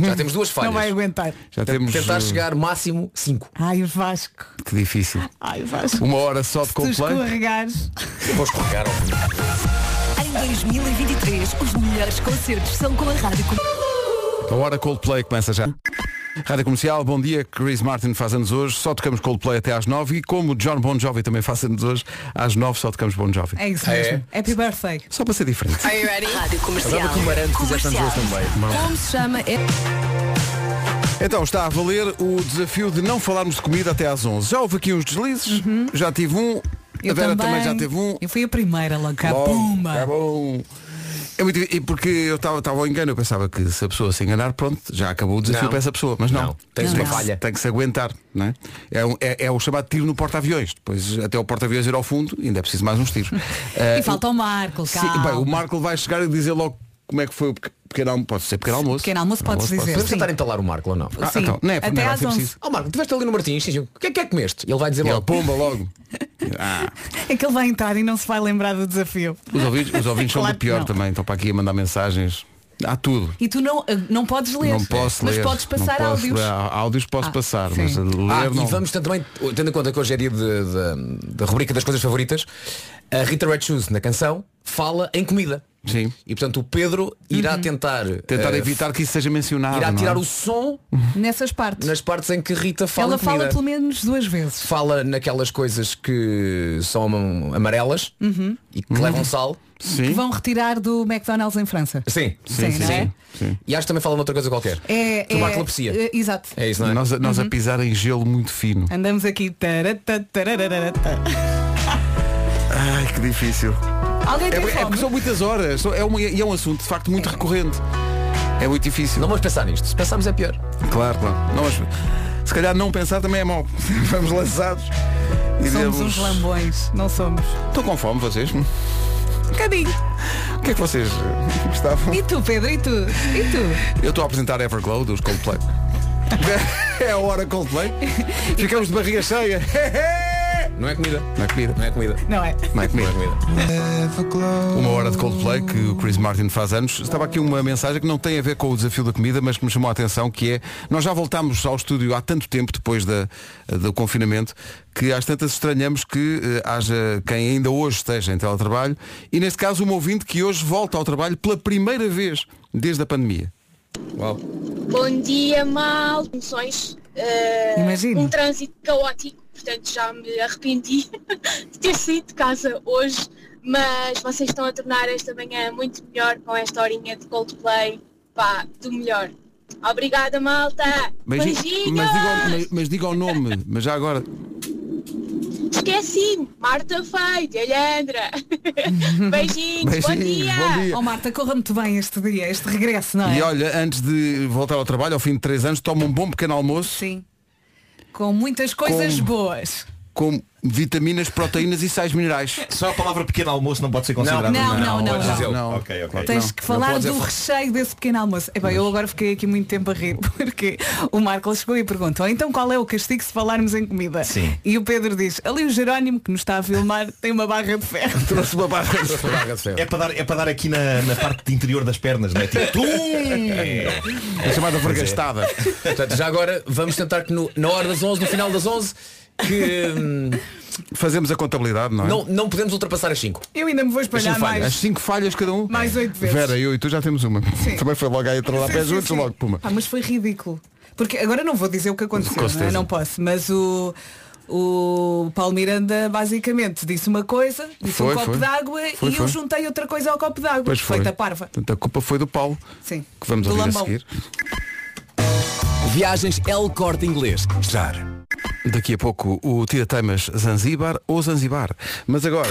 Speaker 8: Já temos duas
Speaker 2: não vai
Speaker 8: falhas.
Speaker 2: aguentar.
Speaker 1: Já temos.
Speaker 8: Tentar
Speaker 1: uh,
Speaker 8: chegar máximo 5.
Speaker 2: Ai, o Vasco.
Speaker 1: Que difícil.
Speaker 2: Ai, o Vasco.
Speaker 1: Uma hora só de
Speaker 2: Tu
Speaker 1: Coldplay.
Speaker 2: escorregares.
Speaker 8: Depois pegaram.
Speaker 9: Em 2023, os melhores concertos são com a Rádio Comercial.
Speaker 1: A hora Coldplay começa já. Rádio Comercial, bom dia. Chris Martin faz anos hoje. Só tocamos Coldplay até às nove E como John Bon Jovi também faz anos hoje, às nove só tocamos Bon Jovi.
Speaker 2: É isso
Speaker 8: É.
Speaker 2: mesmo. Happy birthday.
Speaker 1: Só para ser diferente.
Speaker 9: Are you ready? Rádio Comercial.
Speaker 8: Agora que o Marante fizeste anos hoje também.
Speaker 9: Como se chama? É...
Speaker 1: Então está a valer o desafio de não falarmos de comida até às onze Já houve aqui uns deslizes. Já tive um.
Speaker 2: Uhum. Eu
Speaker 1: a Vera
Speaker 2: também.
Speaker 1: já teve um.
Speaker 2: Eu fui a primeira logo. cá.
Speaker 1: Bom,
Speaker 2: Pumba.
Speaker 1: tá bom. É muito, e porque eu estava estava ao engano, eu pensava que se a pessoa se enganar, pronto, já acabou o desafio
Speaker 8: Não.
Speaker 1: para essa pessoa. Mas não,
Speaker 8: Não. Tens
Speaker 1: tem
Speaker 8: uma
Speaker 1: que-
Speaker 8: falha.
Speaker 1: Tem que se aguentar. Não é? É, um- é- é o chamado tiro no porta-aviões. Depois até o porta-aviões ir ao fundo, ainda é preciso mais uns tiros. Eh,
Speaker 2: e falta o Marco,
Speaker 1: Sim,
Speaker 2: calma.
Speaker 1: bem, o Marco vai chegar e dizer logo como é que foi o peque- pequeno almoço. Pode ser pequeno almoço.
Speaker 2: Pequeno almoço podes dizer,
Speaker 1: pode
Speaker 8: Podemos
Speaker 1: ser.
Speaker 2: sim.
Speaker 8: tentar entalar o Marco ou não?
Speaker 1: Ah,
Speaker 2: Sim.
Speaker 1: então, não é,
Speaker 2: Até
Speaker 1: não vai
Speaker 2: às
Speaker 1: ser
Speaker 2: 11.
Speaker 1: preciso.
Speaker 8: Oh Marco, estiveste ali no Martins, diz, o que é que é que comeste? Ele vai dizer
Speaker 1: E
Speaker 8: logo.
Speaker 1: ele, pomba logo. Ah,
Speaker 2: É que ele vai entrar e não se vai lembrar do desafio.
Speaker 1: os ouvintes, os ouvintes são
Speaker 2: Claro
Speaker 1: do
Speaker 2: que
Speaker 1: pior
Speaker 2: não.
Speaker 1: também. Estão para aqui a mandar mensagens. Há tudo.
Speaker 2: E tu não, eh, não podes ler,
Speaker 1: não posso
Speaker 2: mas
Speaker 1: ler.
Speaker 2: podes passar
Speaker 1: não posso,
Speaker 2: áudios.
Speaker 1: ler. Á- Áudios posso
Speaker 2: Ah,
Speaker 1: passar,
Speaker 2: sim.
Speaker 1: mas ler
Speaker 8: Ah,
Speaker 1: não.
Speaker 8: e vamos ter também, tendo em conta que hoje é dia de- de- da rubrica das coisas favoritas, a Rita Red Shoes na canção fala em comida.
Speaker 1: Sim.
Speaker 8: E portanto o Pedro irá
Speaker 2: Uhum.
Speaker 8: tentar
Speaker 1: Tentar
Speaker 8: eh,
Speaker 1: evitar que isso seja mencionado.
Speaker 8: irá
Speaker 1: não é?
Speaker 8: tirar o som
Speaker 2: Nessas partes.
Speaker 8: nas partes em que Rita fala
Speaker 2: Ela
Speaker 8: em comida.
Speaker 2: fala pelo menos duas vezes.
Speaker 8: Fala naquelas coisas que são am- amarelas
Speaker 2: Uhum.
Speaker 8: e que
Speaker 1: Uhum.
Speaker 8: levam sal.
Speaker 2: Que
Speaker 1: Sim.
Speaker 2: vão retirar do McDonald's em França.
Speaker 8: Sim.
Speaker 2: Sim, não é?
Speaker 1: sim.
Speaker 8: E acho que também fala noutra coisa qualquer.
Speaker 2: É,
Speaker 8: Tuberculopatia.
Speaker 2: é- exato.
Speaker 8: É isso, não é?
Speaker 1: Nós, a- nós a pisar em gelo muito fino.
Speaker 2: Andamos aqui. Tarata, tarararata.
Speaker 1: Ai, que difícil.
Speaker 2: Alguém
Speaker 1: É,
Speaker 2: tem
Speaker 1: é
Speaker 2: fome?
Speaker 1: porque são muitas horas. São- É, uma- e é um assunto de facto muito recorrente. É muito difícil.
Speaker 8: Não vamos pensar nisto. Se pensarmos é pior.
Speaker 1: Claro, claro. Não, mas se calhar não pensar também é mau. Vamos lançados. E
Speaker 2: Somos
Speaker 1: dizemos,
Speaker 2: uns lambões, não somos.
Speaker 1: Estou com fome vocês. O
Speaker 2: Um bocadinho.
Speaker 1: que é que vocês eh, gostavam?
Speaker 2: E tu, Pedro? E tu? E tu?
Speaker 1: Eu estou a apresentar Everglow dos Coldplay. é a hora Coldplay. Ficamos de barriga cheia.
Speaker 8: Não é comida.
Speaker 1: Não é comida.
Speaker 8: Não é comida.
Speaker 2: Não é?
Speaker 1: Não é comida.
Speaker 8: Não é comida.
Speaker 1: Uma hora de Coldplay que o Chris Martin faz anos. Estava aqui uma mensagem que não tem a ver com o desafio da comida, mas que me chamou a atenção, que é nós já voltámos ao estúdio há tanto tempo depois da, do confinamento que às tantas estranhamos que eh, haja quem ainda hoje esteja em teletrabalho e neste caso um ouvinte que hoje volta ao trabalho pela primeira vez desde a pandemia. Uau.
Speaker 11: Bom dia, mal. Emoções. eh,
Speaker 2: Imagino.
Speaker 11: Um trânsito caótico, portanto já me arrependi de ter saído de casa hoje, mas vocês estão a tornar esta manhã muito melhor com esta horinha de Coldplay. Pá, do melhor. Obrigada, malta.
Speaker 1: Beijinho.
Speaker 11: Beijinhos.
Speaker 1: Mas diga, o- mas- mas diga o nome, mas já agora.
Speaker 11: Esqueci-me. Marta Feito, Alhandra. Beijinhos. Bom
Speaker 1: Beijinhos,
Speaker 11: dia.
Speaker 1: bom dia.
Speaker 2: Oh Marta, corra muito bem este dia, este regresso, não é?
Speaker 1: E olha, antes de voltar ao trabalho, ao fim de três anos, toma um bom pequeno almoço
Speaker 2: Sim. Com muitas coisas
Speaker 1: Com-
Speaker 2: boas.
Speaker 1: com vitaminas, proteínas e sais minerais.
Speaker 12: Só a palavra pequeno almoço não pode ser considerada.
Speaker 2: Não, não, não,
Speaker 1: podes
Speaker 2: não.
Speaker 1: dizer, não. é
Speaker 12: Ok, ok.
Speaker 2: Tens que falar
Speaker 8: podes
Speaker 2: do
Speaker 8: dizer-
Speaker 2: recheio desse pequeno almoço. Epá, eu agora fiquei aqui muito tempo a rir, porque o Marco chegou e perguntou, então qual é o castigo se falarmos em comida?
Speaker 12: Sim.
Speaker 2: E o Pedro diz, ali o Jerónimo que nos está a filmar tem uma barra de ferro.
Speaker 1: Trouxe uma barra.
Speaker 12: É para, dar, é para dar aqui na, na parte de interior das pernas, não é? Tipo, tum!
Speaker 1: É chamada vergastada.
Speaker 12: é.
Speaker 8: Portanto, já agora vamos tentar que no- na hora das 11, no final das 11, que hum,
Speaker 1: Fazemos a contabilidade, não é?
Speaker 8: não, não podemos ultrapassar as 5.
Speaker 2: Eu ainda me vou espalhar
Speaker 8: Assim falhas.
Speaker 1: As
Speaker 2: mais.
Speaker 1: cinco falhas cada um.
Speaker 2: Mais oito vezes.
Speaker 1: Vera, eu e tu já temos uma.
Speaker 2: Sim.
Speaker 1: Também foi logo aí a trollar
Speaker 2: Sim,
Speaker 1: pés
Speaker 2: sim,
Speaker 1: juntos,
Speaker 2: sim.
Speaker 1: logo puma.
Speaker 2: Pá, mas foi ridículo. Porque agora não vou dizer o que
Speaker 1: Com
Speaker 2: aconteceu, não, é?
Speaker 1: certeza.
Speaker 2: não posso, mas o. O Paulo Miranda basicamente disse uma coisa, disse
Speaker 1: Foi,
Speaker 2: um copo
Speaker 1: foi.
Speaker 2: d'água
Speaker 1: Foi,
Speaker 2: e
Speaker 1: foi.
Speaker 2: eu juntei outra coisa ao copo d'água.
Speaker 1: Pois foi.
Speaker 2: Feita parva.
Speaker 1: Portanto, a culpa foi do Paulo,
Speaker 2: Sim.
Speaker 1: que vamos
Speaker 2: Do
Speaker 1: ouvir
Speaker 2: lambão.
Speaker 1: a seguir.
Speaker 8: Viagens El Corte Inglês.
Speaker 1: Estar. Daqui a pouco o Tira Temas Zanzíbar ou Zanzibar. Mas agora.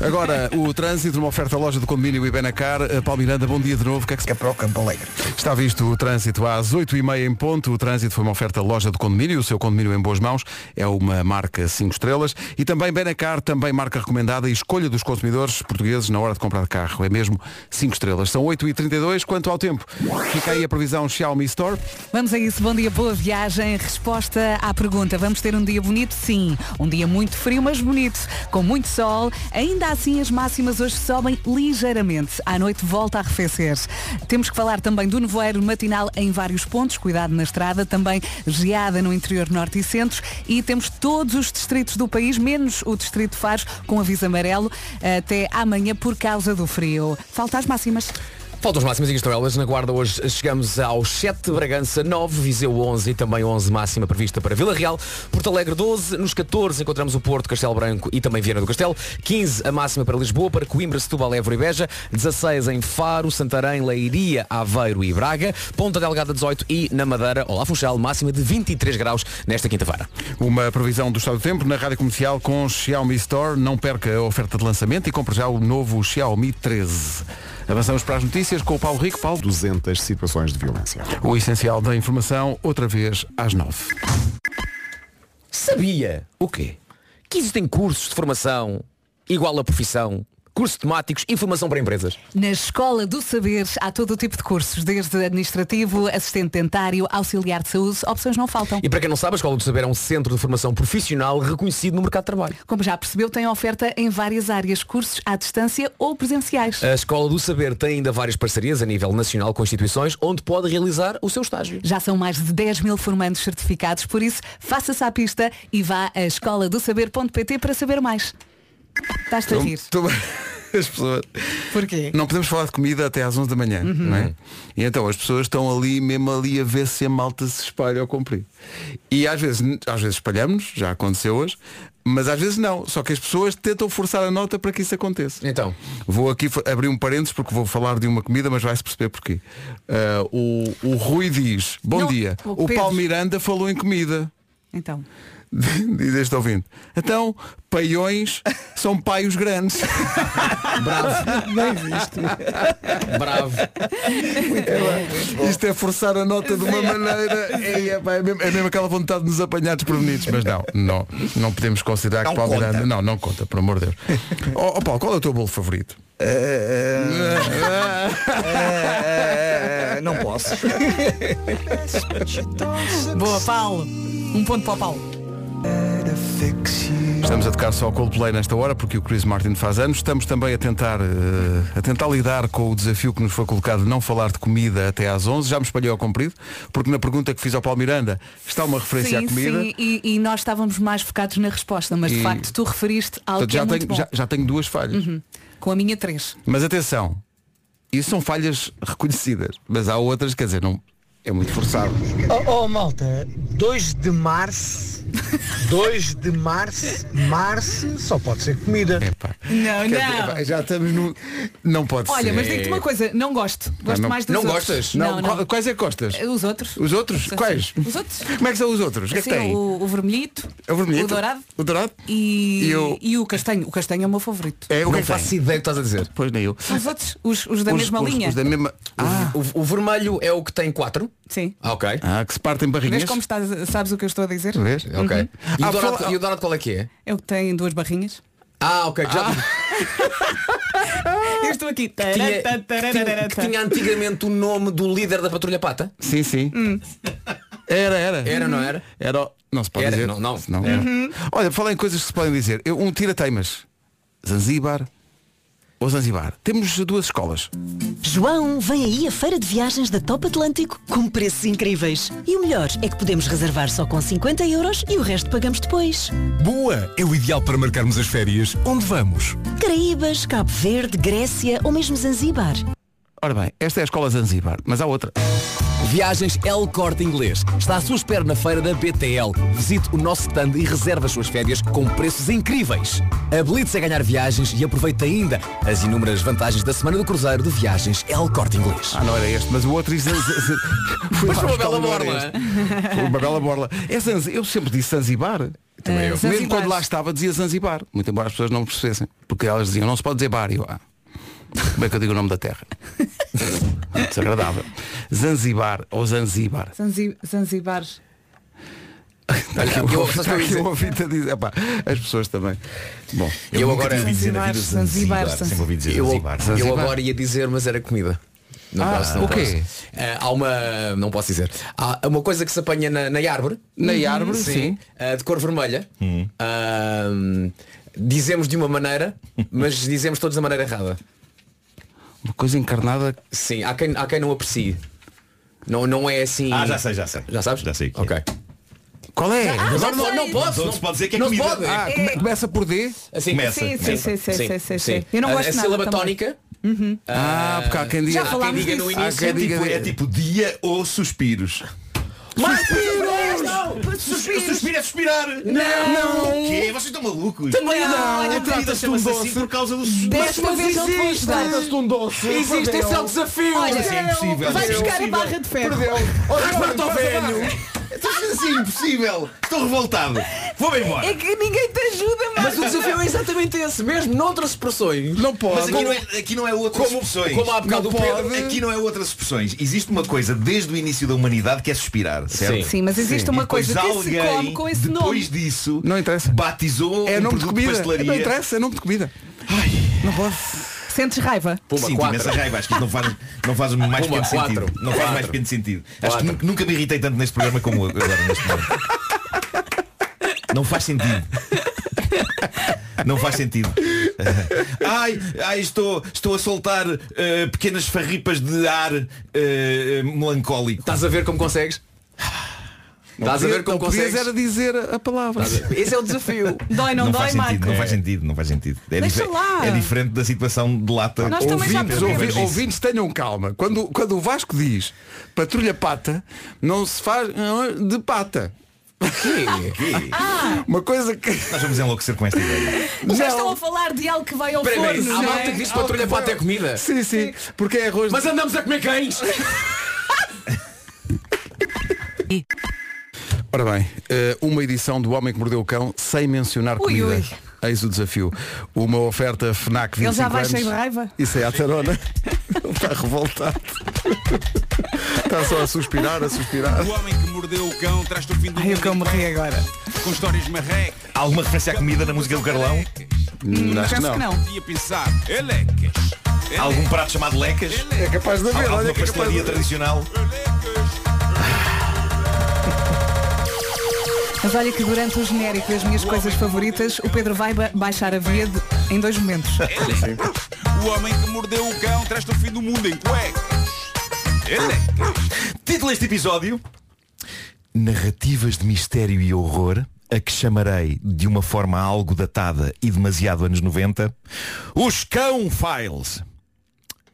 Speaker 1: Agora, o trânsito, uma oferta à loja do condomínio Ibenacar. Eh, Paulo Miranda, bom dia de novo. O que é que se
Speaker 6: É para o Campo Alegre.
Speaker 1: Está visto o trânsito às 8h30 em ponto. O trânsito foi uma oferta loja do condomínio. O seu condomínio em boas mãos é uma marca 5 estrelas. E também Benacar, também marca recomendada e escolha dos consumidores portugueses na hora de comprar carro. É mesmo 5 estrelas. São 8h32 quanto ao tempo. Fica aí a previsão Xiaomi Store.
Speaker 2: Vamos a isso, bom dia, boa viagem. Resposta à pergunta, vamos ter um dia bonito? Sim. Um dia muito frio, mas bonito, com muito sol. Ainda assim, as máximas hoje sobem ligeiramente. À noite volta a arrefecer. Temos que falar também do nevoeiro matinal em vários pontos, cuidado na estrada, também geada no interior norte e centro. E temos todos os distritos do país, menos o distrito de Faro, com aviso amarelo, até amanhã por causa do frio. Falta as máximas.
Speaker 8: Faltam os máximos e aqui estão elas. Na guarda hoje chegamos aos 7, Bragança 9, Viseu 11 e também 11 máxima prevista para Vila Real. Porto Alegre 12, nos 14 encontramos o Porto, Castelo Branco e também Viana do Castelo. 15 a máxima para Lisboa, para Coimbra, Setúbal, Évora e Beja. 16 em Faro, Santarém, Leiria, Aveiro e Braga. Ponta Delgada 18 e na Madeira, Olá Funchal, máxima de 23 graus nesta quinta-feira.
Speaker 1: Uma previsão do estado do tempo na rádio comercial com Xiaomi Store. Não perca a oferta de lançamento e compre já o novo Xiaomi 13. Avançamos para as notícias com o Paulo Rico. Paulo.
Speaker 7: 200 situações de violência.
Speaker 1: O essencial da informação, outra vez às 9.
Speaker 8: Sabia o quê? Que existem cursos de formação igual à profissão, cursos temáticos e formação para empresas.
Speaker 2: Na Escola do Saber há todo o tipo de cursos, desde administrativo, assistente dentário, auxiliar de saúde, opções não faltam.
Speaker 8: E para quem não sabe, a Escola do Saber é um centro de formação profissional reconhecido no mercado de trabalho.
Speaker 2: Como já percebeu, tem oferta em várias áreas, cursos à distância ou presenciais.
Speaker 1: É.
Speaker 8: A Escola do Saber tem ainda várias parcerias a nível nacional com instituições onde pode realizar o seu estágio.
Speaker 2: Já são mais de 10 mil formandos certificados, por isso faça-se à pista e vá a escoladosaber.pt para saber mais. Estás-te a rir.
Speaker 1: Tô- tô- As pessoas.
Speaker 2: Porquê?
Speaker 1: Não podemos falar de comida até às 11 da manhã,
Speaker 2: Uhum.
Speaker 1: não é? E então as pessoas estão ali, mesmo ali, a ver se a malta se espalha ou cumprir. E às vezes, às vezes espalhamos, já aconteceu hoje, mas às vezes não. Só que as pessoas tentam forçar a nota para que isso aconteça.
Speaker 8: Então.
Speaker 1: Vou aqui fa- abrir um parênteses porque vou falar de uma comida, mas vai-se perceber porquê. Ah, o, o Rui diz, bom
Speaker 2: Não,
Speaker 1: dia,
Speaker 2: o
Speaker 1: o,
Speaker 2: Pedro.
Speaker 1: Paulo Miranda falou em comida.
Speaker 2: Então.
Speaker 1: Diz este ouvinte. Então, paiões são paios grandes.
Speaker 8: Bravo.
Speaker 1: Bem visto.
Speaker 8: Bravo.
Speaker 1: Isto é forçar a nota de uma maneira. É, é, pá, é mesmo, é mesmo aquela vontade de nos apanhar desprevenidos. Mas não, não, não podemos considerar
Speaker 6: Não
Speaker 1: que Paulo
Speaker 6: conta.
Speaker 1: Miranda. Não, não conta, por amor de Deus. Ó ó, Paulo, qual é o teu bolo favorito?
Speaker 6: Eh, não posso.
Speaker 2: Boa, Paulo. Um ponto para o Paulo.
Speaker 1: Estamos a tocar só o Coldplay nesta hora porque o Chris Martin faz anos. Estamos também a tentar, eh, a tentar lidar com o desafio que nos foi colocado de não falar de comida até às 11. Já me espalhei ao comprido porque na pergunta que fiz ao Paulo Miranda está uma referência
Speaker 2: sim,
Speaker 1: à comida.
Speaker 2: sim, e, e nós estávamos mais focados na resposta, mas
Speaker 1: E-
Speaker 2: de facto tu referiste algo
Speaker 1: Portanto,
Speaker 2: que é
Speaker 1: já,
Speaker 2: muito bom.
Speaker 1: tenho, já, já tenho duas falhas.
Speaker 2: Uhum. Com a minha três.
Speaker 1: Mas atenção, isso são falhas reconhecidas. Mas há outras, quer dizer, não, é muito forçado.
Speaker 13: Oh, oh, malta, 2 de março, 2 de março, março só pode ser comida.
Speaker 2: Não,
Speaker 1: Quer dizer, pá, já estamos no. Não pode
Speaker 2: Olha,
Speaker 1: ser.
Speaker 2: mas digo-te uma coisa, não gosto.
Speaker 1: Pá,
Speaker 2: Gosto
Speaker 1: não-
Speaker 2: mais dos
Speaker 1: Não
Speaker 2: outros.
Speaker 1: gostas? Não, qual- quais é que gostas?
Speaker 2: Os outros.
Speaker 1: Os outros? Quais?
Speaker 2: Os outros.
Speaker 1: Como é que são os outros? O que é que
Speaker 2: assim. Sim,
Speaker 1: tem?
Speaker 2: o, o vermelhito,
Speaker 1: É o vermelhito?
Speaker 2: o dourado
Speaker 1: O dourado?
Speaker 2: e,
Speaker 1: E o-
Speaker 2: e o castanho. O castanho é o meu favorito.
Speaker 1: É, o
Speaker 8: não
Speaker 1: que é que
Speaker 8: faço
Speaker 1: tem?
Speaker 8: ideia do que estás a dizer.
Speaker 1: Pois nem eu.
Speaker 2: Os outros, os, os da mesma linha. Ah.
Speaker 8: O, o vermelho é o que tem 4?
Speaker 2: Sim.
Speaker 8: Ah, ok.
Speaker 1: Ah, que se partem
Speaker 2: Vês como estás, sabes o que eu estou a dizer?
Speaker 1: Vês?
Speaker 8: Ok.
Speaker 2: Uhum.
Speaker 8: E,
Speaker 2: Ah,
Speaker 8: o dourado,
Speaker 2: fala-
Speaker 8: e o dourado qual é que é?
Speaker 2: É o que tem duas barrinhas.
Speaker 8: Ah, ok. que Já...
Speaker 2: Eu estou aqui.
Speaker 8: Que tinha, que tinha- que tinha antigamente o nome do líder da Patrulha Pata?
Speaker 1: Sim, sim.
Speaker 2: Hum.
Speaker 1: Era, era.
Speaker 8: Era, não era?
Speaker 1: Era. o- Não se pode
Speaker 8: Era,
Speaker 1: dizer.
Speaker 8: não, não.
Speaker 1: Senão-
Speaker 8: Era.
Speaker 2: Uhum.
Speaker 1: Olha, falem coisas que se podem dizer. Eu, um tira-teimas. Zanzíbar. Ou Zanzibar. Temos duas escolas.
Speaker 14: João, vem aí a feira de viagens da Top Atlântico com preços incríveis. E o melhor é que podemos reservar só com 50 euros e o resto pagamos depois.
Speaker 15: Boa! É o ideal para marcarmos as férias. Onde vamos?
Speaker 14: Caraíbas, Cabo Verde, Grécia ou mesmo Zanzibar.
Speaker 1: Ora bem, esta é a escola Zanzibar, mas há outra. Ah,
Speaker 16: Viagens El Corte Inglês. Está à sua espera na feira da BTL. Visite o nosso stand e reserve as suas férias com preços incríveis. Habilite-se a é ganhar viagens e aproveita ainda as inúmeras vantagens da Semana do Cruzeiro de Viagens El Corte Inglês.
Speaker 1: Ah, não era este, mas o outro. Zanz- Zanz- Fui
Speaker 16: Mas
Speaker 1: lá
Speaker 16: foi uma
Speaker 1: buscar
Speaker 16: bela
Speaker 1: o nome,
Speaker 16: borla.
Speaker 1: era este. Foi Uma bela borla. É Zanz- Eu sempre disse Zanzibar.
Speaker 2: Também eu.
Speaker 1: Mesmo
Speaker 2: Zanzibar.
Speaker 1: quando lá estava dizia Zanzibar. Muito embora as pessoas não percebessem. Porque elas diziam, não se pode dizer bar. E eu, ah, como é que eu digo o nome da terra? Desagradável. Zanzibar ou Zanzibar.
Speaker 2: Zanzi- Zanzibar.
Speaker 1: Está aqui
Speaker 8: Eu- sabes o
Speaker 1: o
Speaker 8: que
Speaker 1: está
Speaker 8: eu ia
Speaker 1: aqui
Speaker 8: dizer?
Speaker 1: o ouvinte a dizer. Epá, as pessoas também. Bom,
Speaker 8: Eu, agora
Speaker 2: Zanzibar, Zanzibar.
Speaker 8: eu,
Speaker 1: Zanzibar.
Speaker 8: eu agora ia dizer, mas era comida. Não
Speaker 1: Ah,
Speaker 8: posso, não
Speaker 1: o quê?
Speaker 8: posso. Ah, há uma. Não posso dizer. Há uma coisa que se apanha na, na árvore.
Speaker 1: Na árvore, sim.
Speaker 8: Ah, de cor vermelha. Ah, dizemos de uma maneira, mas dizemos todos da maneira errada.
Speaker 1: Uma coisa encarnada.
Speaker 8: Sim, há quem, há quem não aprecie. Não, não é assim.
Speaker 12: Ah, já sei, já sei.
Speaker 8: Já sabes? Já sei. é. Ok.
Speaker 1: Qual é?
Speaker 8: Ah, já sei. Então se pode dizer que é comida.
Speaker 1: Ah, come- começa por D?
Speaker 8: Assim,
Speaker 2: Sim, sim, sim, sim, sim, sim, sim.
Speaker 8: sim.
Speaker 2: Eu não
Speaker 8: a,
Speaker 2: gosto
Speaker 8: a
Speaker 2: nada
Speaker 8: sílaba
Speaker 2: também.
Speaker 8: tónica
Speaker 2: Uhum.
Speaker 1: Ah, porque há quem diga.
Speaker 2: Já falámos disso.
Speaker 1: Há
Speaker 10: Ah,
Speaker 1: quem
Speaker 12: é,
Speaker 1: diga-
Speaker 12: tipo, é tipo dia ou suspiros.
Speaker 10: Mais
Speaker 12: Suspiros!
Speaker 10: é Não,
Speaker 12: Suspiros! Suspiro é suspirar!
Speaker 10: Não.
Speaker 12: O quê? Vocês estão malucos?
Speaker 10: Também não.
Speaker 12: Olha,
Speaker 10: Trata-se
Speaker 12: trata-se
Speaker 10: de um
Speaker 12: assim
Speaker 10: doce.
Speaker 12: por causa do suspiro.
Speaker 10: Desta
Speaker 12: Mas- mas
Speaker 10: vez ele
Speaker 12: existe.
Speaker 10: foi. Trata-se de um doce.
Speaker 12: Existe, esse é o desafio!
Speaker 10: Olha,
Speaker 12: Mas é impossível!
Speaker 10: vai
Speaker 12: Mas é
Speaker 10: buscar a
Speaker 12: impossível.
Speaker 10: barra de ferro.
Speaker 12: Perdeu!
Speaker 10: Olha,
Speaker 12: Raspa-te ao
Speaker 10: olha, faz a
Speaker 12: velho! Estás assim impossível! Estou revoltado! Vou-me embora!
Speaker 2: É que ninguém te ajuda,
Speaker 12: Mas
Speaker 8: o desafio é exatamente esse mesmo, noutras expressões.
Speaker 1: Não
Speaker 12: Mas
Speaker 1: pode.
Speaker 12: aqui não, é, aqui não é outras
Speaker 8: Como-
Speaker 12: expressões.
Speaker 8: como há bocado
Speaker 12: Não
Speaker 8: o Pedro.
Speaker 12: pode. Aqui não é outras expressões. Existe uma coisa desde o início da humanidade que é suspirar, certo?
Speaker 2: Sim, mas existe
Speaker 12: E
Speaker 2: uma
Speaker 12: depois
Speaker 2: coisa que se
Speaker 12: alguém,
Speaker 2: come com esse nome.
Speaker 12: depois disso,
Speaker 1: não interessa.
Speaker 12: batizou
Speaker 1: É
Speaker 12: um
Speaker 1: nome de
Speaker 12: produto de
Speaker 1: comida.
Speaker 12: pastelaria.
Speaker 1: Não interessa, é nome de comida. Não pode.
Speaker 2: Sentes raiva?
Speaker 12: Sim, imensa raiva, acho que isto não faz, não faz o mais
Speaker 2: Pumba,
Speaker 12: pequeno sentido.
Speaker 2: quatro.
Speaker 12: Não faz mais
Speaker 2: Quatro.
Speaker 12: pequeno sentido. Acho que nu- nunca me irritei tanto neste programa como agora neste momento. Não faz sentido. Não faz sentido. Ai, ai estou, estou a soltar eh, pequenas farripas de ar
Speaker 1: É.
Speaker 12: eh, melancólico.
Speaker 8: Estás a ver como consegues? Estás a ver como
Speaker 1: não podias
Speaker 8: consegues?
Speaker 1: era dizer a palavra.
Speaker 8: Esse é o desafio.
Speaker 2: Dói, não, dói,
Speaker 12: faz sentido,
Speaker 2: Marco?
Speaker 12: não faz sentido, não faz sentido. É,
Speaker 2: Deixa
Speaker 12: dife-
Speaker 2: lá.
Speaker 12: é diferente da situação de lata.
Speaker 2: Nós também já
Speaker 1: Ouvintes,
Speaker 2: percebemos.
Speaker 1: ouvi-
Speaker 12: Vejo isso.
Speaker 1: ouvintes, tenham calma. Quando, quando o Vasco diz patrulha pata, não se faz ah, de pata. Uma coisa que.
Speaker 12: Nós vamos enlouquecer com esta ideia.
Speaker 2: Mas
Speaker 1: Não.
Speaker 2: estão a falar de algo que vai ao
Speaker 1: Espera aí,
Speaker 2: forno.
Speaker 1: há
Speaker 2: não
Speaker 1: malta
Speaker 2: é?
Speaker 1: que diz
Speaker 2: Algo
Speaker 1: patrulha
Speaker 2: que
Speaker 1: pata é
Speaker 2: vai-
Speaker 1: comida. Sim, sim, porque é arroz.
Speaker 8: Mas andamos a comer cães!
Speaker 1: Ora bem, eh, uma edição do Homem que Mordeu o Cão sem mencionar
Speaker 2: Ui,
Speaker 1: comida.
Speaker 2: ui.
Speaker 1: Eis o desafio. Uma oferta FNAC 25
Speaker 2: Ele já vai
Speaker 1: anos.
Speaker 2: cheio de raiva?
Speaker 1: Isso é a tarona. Ele está revoltado. Está só a suspirar, a suspirar.
Speaker 17: O homem que mordeu o cão traz-te o fim do Ai, mundo.
Speaker 2: eu morri agora.
Speaker 17: Com histórias marrecas.
Speaker 12: Há alguma referência à comida na música do Carlão?
Speaker 1: Hum, acho que não.
Speaker 17: Ia pensar. é Elecas.
Speaker 12: Há algum prato chamado lecas?
Speaker 1: É capaz de
Speaker 12: Há
Speaker 1: haver, olha
Speaker 12: alguma
Speaker 1: que é capaz de
Speaker 12: pastelaria
Speaker 1: haver.
Speaker 12: tradicional?
Speaker 2: Mas olha que durante o genérico das minhas coisas favoritas, o Pedro vai ba- baixar a via de- em dois momentos.
Speaker 12: É
Speaker 17: Elecas. O homem que mordeu o cão traz-te o fim do mundo em cuecas. é Elecas.
Speaker 12: Título deste episódio Narrativas de mistério e horror A que chamarei de uma forma algo datada E demasiado anos 90 Os Cão Files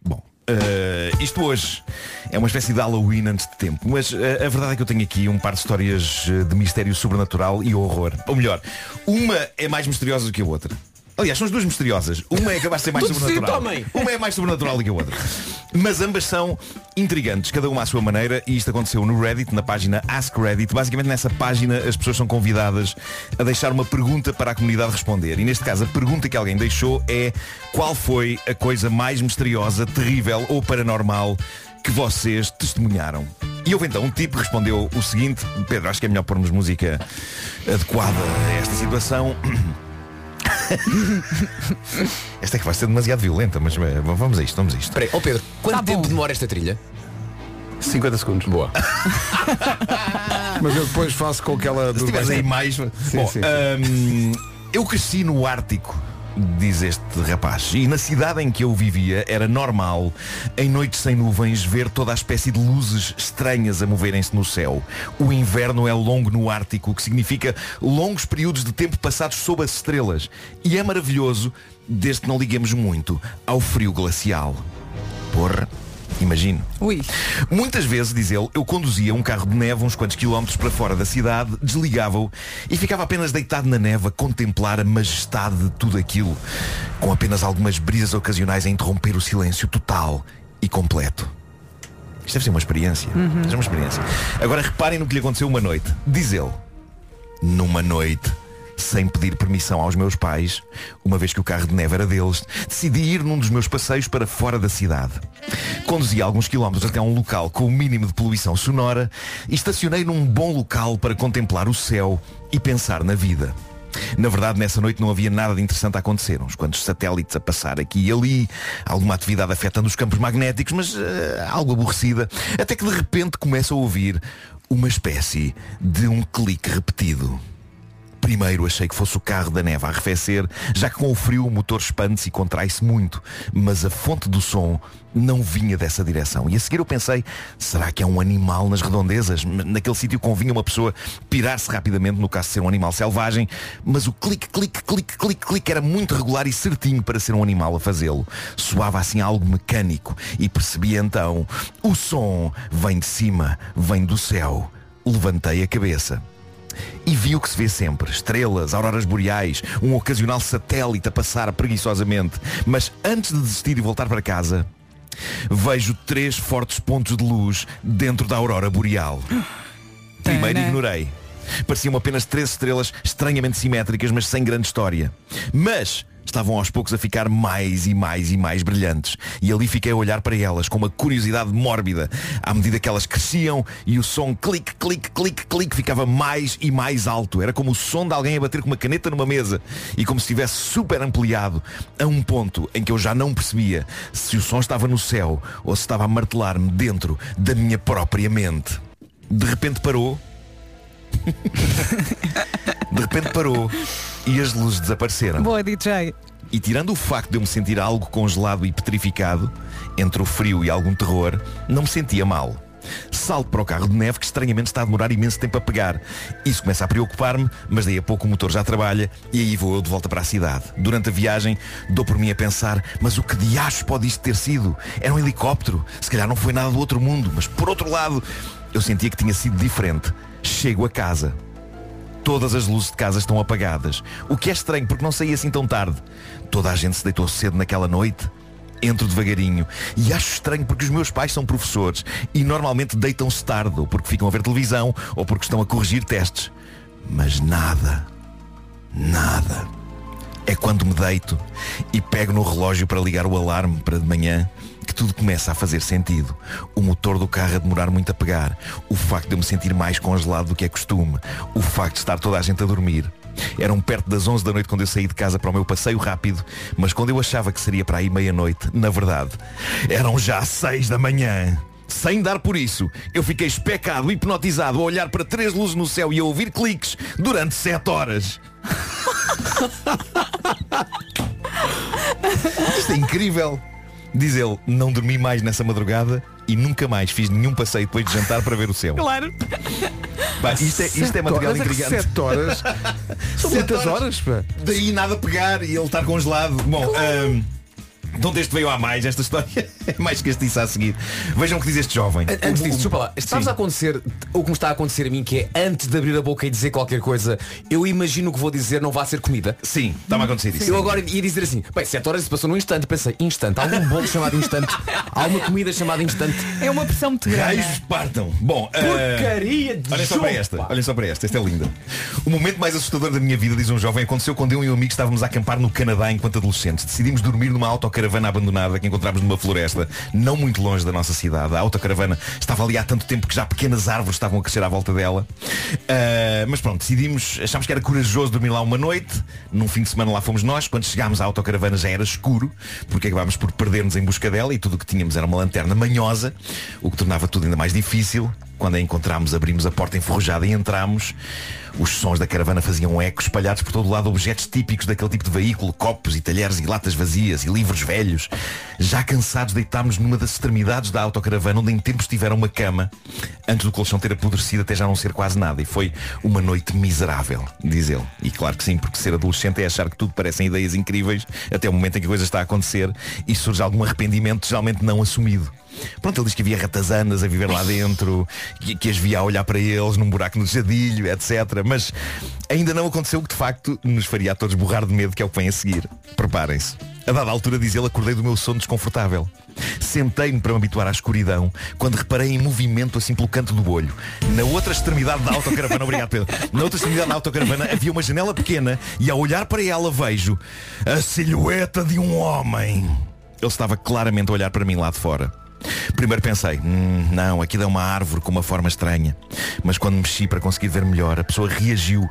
Speaker 12: Bom, eh, isto hoje é uma espécie de Halloween antes de tempo Mas eh, a verdade é que eu tenho aqui um par de histórias eh, De mistério sobrenatural e horror Ou melhor, uma é mais misteriosa do que a outra Aliás, são as duas misteriosas Uma é capaz de ser mais
Speaker 8: Tudo
Speaker 12: sobrenatural
Speaker 8: sinto, homem.
Speaker 12: Uma é mais sobrenatural do que a outra. Mas ambas são intrigantes, cada uma à sua maneira, e isto aconteceu no Reddit, na página Ask Reddit. Basicamente nessa página as pessoas são convidadas a deixar uma pergunta para a comunidade responder. E neste caso a pergunta que alguém deixou é qual foi a coisa mais misteriosa, terrível ou paranormal que vocês testemunharam? E houve então um tipo que respondeu o seguinte, Pedro, acho que é melhor pormos música adequada a esta situação. Esta é que vai ser demasiado violenta, mas eh, vamos a isto, vamos a isto.
Speaker 8: Peraí, ó Pedro, quanto tempo demora esta trilha?
Speaker 1: 50 segundos.
Speaker 8: Boa.
Speaker 1: Mas eu depois faço com aquela
Speaker 12: Se
Speaker 1: do
Speaker 12: tiveres aí mais. Bom,
Speaker 1: sim.
Speaker 12: hum, eu cresci no Ártico. Diz este rapaz. E na cidade em que eu vivia era normal, em noites sem nuvens, ver toda a espécie de luzes estranhas a moverem-se no céu. O inverno é longo no Ártico, o que significa longos períodos de tempo passados sob as estrelas. E é maravilhoso, desde que não liguemos muito ao frio glacial. Porra, imagino. Muitas vezes, diz ele, eu conduzia um carro de neve uns quantos quilómetros para fora da cidade, desligava-o e ficava apenas deitado na neve a contemplar a majestade de tudo aquilo, com apenas algumas brisas ocasionais a interromper o silêncio total e completo. Isto deve ser uma experiência.
Speaker 8: Uhum.
Speaker 12: Isto é uma experiência. Agora reparem no que lhe aconteceu uma noite. Diz ele, numa noite, sem pedir permissão aos meus pais, uma vez que o carro de neve era deles, decidi ir num dos meus passeios para fora da cidade. Conduzi alguns quilómetros até um local com o mínimo de poluição sonora e estacionei num bom local para contemplar o céu e pensar na vida. Na verdade, nessa noite não havia nada de interessante a acontecer. Uns quantos satélites a passar aqui e ali, alguma atividade afetando os campos magnéticos, mas eh, algo aborrecida. Até que de repente começo a ouvir uma espécie de um clique repetido. Primeiro achei que fosse o carro da neve a arrefecer, já que com o frio o motor expande-se e contrai-se muito, mas a fonte do som não vinha dessa direção. E a seguir eu pensei, será que é um animal nas redondezas? M- Naquele sítio convinha uma pessoa pirar-se rapidamente, no caso de ser um animal selvagem, mas o clique, clique, clique, clique, clique era muito regular e certinho para ser um animal a fazê-lo. Soava assim algo mecânico e percebi então, o som vem de cima, vem do céu. Levantei a cabeça e vi o que se vê sempre. Estrelas, auroras boreais, um ocasional satélite a passar preguiçosamente. Mas antes de desistir e voltar para casa, vejo três fortes pontos de luz dentro da aurora boreal. Primeiro ignorei. Pareciam apenas três estrelas estranhamente simétricas, mas sem grande história. Mas estavam aos poucos a ficar mais e mais e mais brilhantes. E ali fiquei a olhar para elas com uma curiosidade mórbida, à medida que elas cresciam e o som clique, clique, clique, clique ficava mais e mais alto. Era como o som de alguém a bater com uma caneta numa mesa e como se tivesse super ampliado a um ponto em que eu já não percebia se o som estava no céu ou se estava a martelar-me dentro da minha própria mente. De repente parou de repente parou e as luzes desapareceram.
Speaker 2: Boa, DJ.
Speaker 12: E tirando o facto de eu me sentir algo congelado e petrificado, entre o frio e algum terror, não me sentia mal. Salto para o carro de neve que estranhamente está a demorar imenso tempo a pegar. Isso começa a preocupar-me, mas daí a pouco o motor já trabalha e aí vou eu de volta para a cidade. Durante a viagem dou por mim a pensar, mas o que diacho pode isto ter sido? Era um helicóptero, se calhar não foi nada do outro mundo, mas por outro lado, eu sentia que tinha sido diferente. Chego a casa, Todas as luzes de casa estão apagadas. O que é estranho porque não saí assim tão tarde. Toda a gente se deitou cedo naquela noite. Entro devagarinho e acho estranho porque os meus pais são professores e normalmente deitam-se tarde ou porque ficam a ver televisão ou porque estão a corrigir testes. Mas nada, nada. É quando me deito e pego no relógio para ligar o alarme para de manhã que tudo começa a fazer sentido. O motor do carro a demorar muito a pegar, o facto de eu me sentir mais congelado do que é costume, o facto de estar toda a gente a dormir. Eram perto das 11 da noite quando eu saí de casa para o meu passeio rápido, mas quando eu achava que seria para aí meia-noite, na verdade, eram já 6 da manhã. Sem dar por isso, eu fiquei especado, hipnotizado, a olhar para três luzes no céu e a ouvir cliques durante 7 horas. Isto é incrível. Diz ele, não dormi mais nessa madrugada e nunca mais fiz nenhum passeio depois de jantar para ver o céu.
Speaker 2: Claro.
Speaker 12: Pá, isto, é, isto é material
Speaker 1: horas,
Speaker 12: intrigante.
Speaker 1: Sete horas. São
Speaker 12: Sete
Speaker 1: muitas horas, pá.
Speaker 12: Daí nada a pegar e ele estar congelado. Bom, ahm, de onde este veio a mais, esta história é mais que este a seguir. Vejam o que diz este jovem.
Speaker 8: An- Antes disso, desculpa lá, sabes a acontecer o que me está a acontecer a mim, que é antes de abrir a boca e dizer qualquer coisa, eu imagino o que vou dizer não vai ser comida.
Speaker 12: Sim, está-me a acontecer isso.
Speaker 8: Eu agora ia dizer assim, bem, 7 horas se passou num instante, pensei, instante, há algum bolo chamado instante, há uma comida chamada instante.
Speaker 2: É uma pressão muito grande.
Speaker 12: Raios partam. Bom, ah,
Speaker 8: Porcaria de
Speaker 12: Olha só para
Speaker 8: jogo,
Speaker 12: esta,
Speaker 8: pá.
Speaker 12: olha só para esta, esta é linda. O momento mais assustador da minha vida, diz um jovem, aconteceu quando eu e um amigo estávamos a acampar no Canadá enquanto adolescentes. Decidimos dormir numa autocaravana abandonada que encontramos numa floresta, não muito longe da nossa cidade. A autocaravana estava ali há tanto tempo que já pequenas árvores estavam a crescer à volta dela. Ah, mas pronto, decidimos, achámos que era corajoso dormir lá uma noite. Num fim de semana lá fomos nós. Quando chegámos à autocaravana já era escuro, porque acabámos por perder-nos em busca dela e tudo o que tínhamos era uma lanterna manhosa, o que tornava tudo ainda mais difícil. Quando a encontramos, abrimos a porta enferrujada e entramos. Os sons da caravana faziam eco, espalhados por todo o lado objetos típicos daquele tipo de veículo, copos e talheres e latas vazias e livros velhos. Já cansados, deitámos numa das extremidades da autocaravana, onde em tempos tiveram uma cama, antes do colchão ter apodrecido até já não ser quase nada. E foi uma noite miserável, diz ele. E claro que sim, porque ser adolescente é achar que tudo parecem ideias incríveis, até o momento em que a coisa está a acontecer, e surge algum arrependimento, geralmente não assumido. Pronto, ele diz que havia ratazanas a viver lá dentro, que, que as via a olhar para eles num buraco no jadilho, etc. Mas ainda não aconteceu o que de facto nos faria a todos borrar de medo, que é o que vem a seguir. Preparem-se. A dada altura, diz ele, acordei do meu sono desconfortável. Sentei-me para me habituar à escuridão, quando reparei em movimento assim pelo canto do olho. Na outra extremidade da autocaravana, obrigado Pedro, na outra extremidade da autocaravana havia uma janela pequena e ao olhar para ela vejo a silhueta de um homem. Ele estava claramente a olhar para mim lá de fora. Primeiro pensei, "Hum, não, aqui dá uma árvore com uma forma estranha. Mas quando mexi para conseguir ver melhor, a pessoa reagiu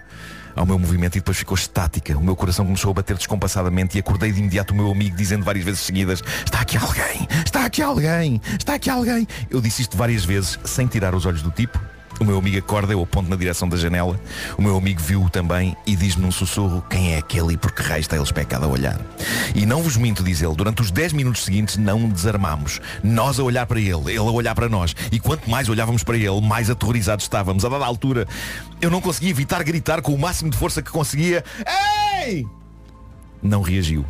Speaker 12: ao meu movimento e depois ficou estática. O meu coração começou a bater descompassadamente e acordei de imediato o meu amigo dizendo várias vezes seguidas, está aqui alguém, está aqui alguém, está aqui alguém. Eu disse isto várias vezes sem tirar os olhos do tipo. O meu amigo acorda, eu aponto na direção da janela. O meu amigo viu-o também e diz-me num sussurro quem é aquele e por que raio está ele especado a olhar. E não vos minto, diz ele, durante os 10 minutos seguintes não desarmámos. Nós a olhar para ele, ele a olhar para nós. E quanto mais olhávamos para ele, mais aterrorizados estávamos. A dada altura, eu não conseguia evitar gritar com o máximo de força que conseguia. Ei! Não reagiu.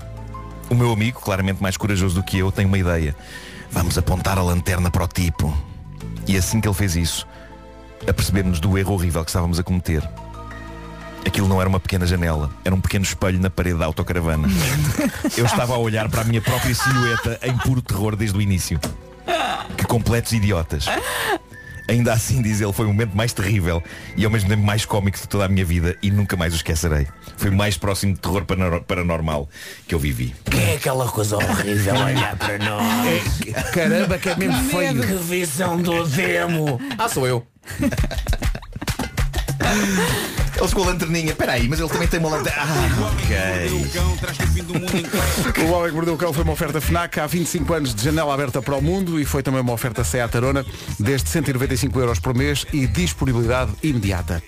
Speaker 12: O meu amigo, claramente mais corajoso do que eu, tem uma ideia. Vamos apontar a lanterna para o tipo. E assim que ele fez isso, apercebemos do erro horrível que estávamos a cometer. Aquilo não era uma pequena janela, era um pequeno espelho na parede da autocaravana. Eu estava a olhar para a minha própria silhueta em puro terror desde o início. Que completos idiotas. Ainda assim, diz ele, foi o momento mais terrível e ao mesmo tempo mais cómico de toda a minha vida e nunca mais o esquecerei. Foi o mais próximo de terror panor- paranormal que eu vivi.
Speaker 5: Que é aquela coisa horrível olhar para nós?
Speaker 1: Caramba, que é mesmo feio.
Speaker 5: Que visão do demo.
Speaker 8: Ah, sou eu.
Speaker 12: Eles com a lanterninha. Peraí, mas ele também tem uma lanterna. Ah, ok.
Speaker 1: O Homem que Mordeu o Cão foi uma oferta FNAC há 25 anos de janela aberta para o mundo e foi também uma oferta Seat Arona desde 195 euros por mês e disponibilidade imediata.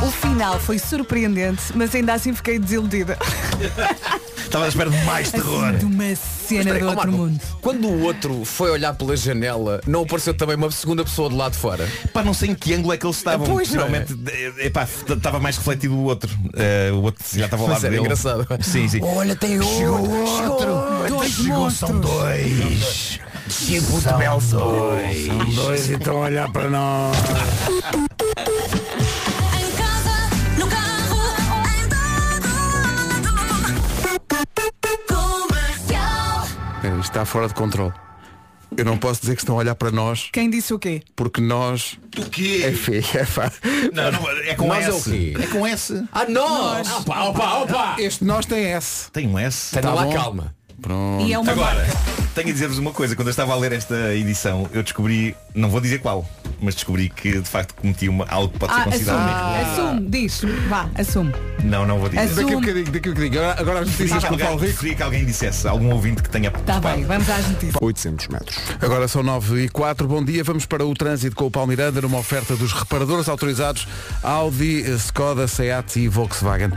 Speaker 2: O final foi surpreendente, mas ainda assim fiquei desiludida. Assim,
Speaker 12: Estava à espera de mais
Speaker 8: terror.
Speaker 2: De uma
Speaker 8: Mas
Speaker 2: cena
Speaker 8: espera aí,
Speaker 2: do
Speaker 8: ó,
Speaker 2: outro
Speaker 8: Marco,
Speaker 2: mundo.
Speaker 8: Quando o outro foi olhar pela janela, não apareceu também uma segunda pessoa do lado de fora?
Speaker 12: Pá, não sei em que ângulo é que eles estavam.
Speaker 8: Pois, não é?
Speaker 12: Realmente, epá, estava mais refletido o outro. Eh, o outro já estava ao
Speaker 8: Mas
Speaker 12: lado
Speaker 8: era
Speaker 12: dele.
Speaker 8: engraçado.
Speaker 12: Sim, sim.
Speaker 5: Olha, tem outro.
Speaker 8: Oh,
Speaker 5: outro. Dois chegou, são dois. Tipo de Bel dois. São dois e estão a olhar para nós.
Speaker 1: Espera, Isto está fora de controle. Eu não posso dizer que estão a olhar para nós
Speaker 2: Quem disse o quê?
Speaker 1: porque nós.
Speaker 12: O quê?
Speaker 1: É feio, é fá.
Speaker 12: Não, não, é com
Speaker 1: Nós
Speaker 12: S.
Speaker 1: é o quê?
Speaker 12: É com S.
Speaker 8: Ah, nós! Opa, opa, opa! Tá
Speaker 1: Este nós tem S.
Speaker 12: Tem um S.
Speaker 1: Tenham lá calma.
Speaker 12: Pronto.
Speaker 2: E é uma
Speaker 12: Agora, tenho a dizer-vos uma coisa. Quando eu estava a ler esta edição, eu descobri, não vou dizer qual, mas descobri que de facto cometi uma, algo que pode ser
Speaker 2: Ah,
Speaker 12: considerado um erro.
Speaker 2: assume, assume, diz, vá, assume.
Speaker 12: Não, não vou dizer.
Speaker 2: Assume. Daqui a
Speaker 1: bocadinho, daqui a bocadinho. Agora, agora as
Speaker 2: notícias com o Paulo
Speaker 12: Rico. Queria que alguém dissesse, algum um ouvinte que tenha
Speaker 2: Está Tá bem, vamos às notícias.
Speaker 1: 800 metros. Agora são 9 e 4. Bom dia. Vamos para o trânsito com o Paulo Miranda numa oferta dos reparadores autorizados Audi, Skoda, Seat e Volkswagen.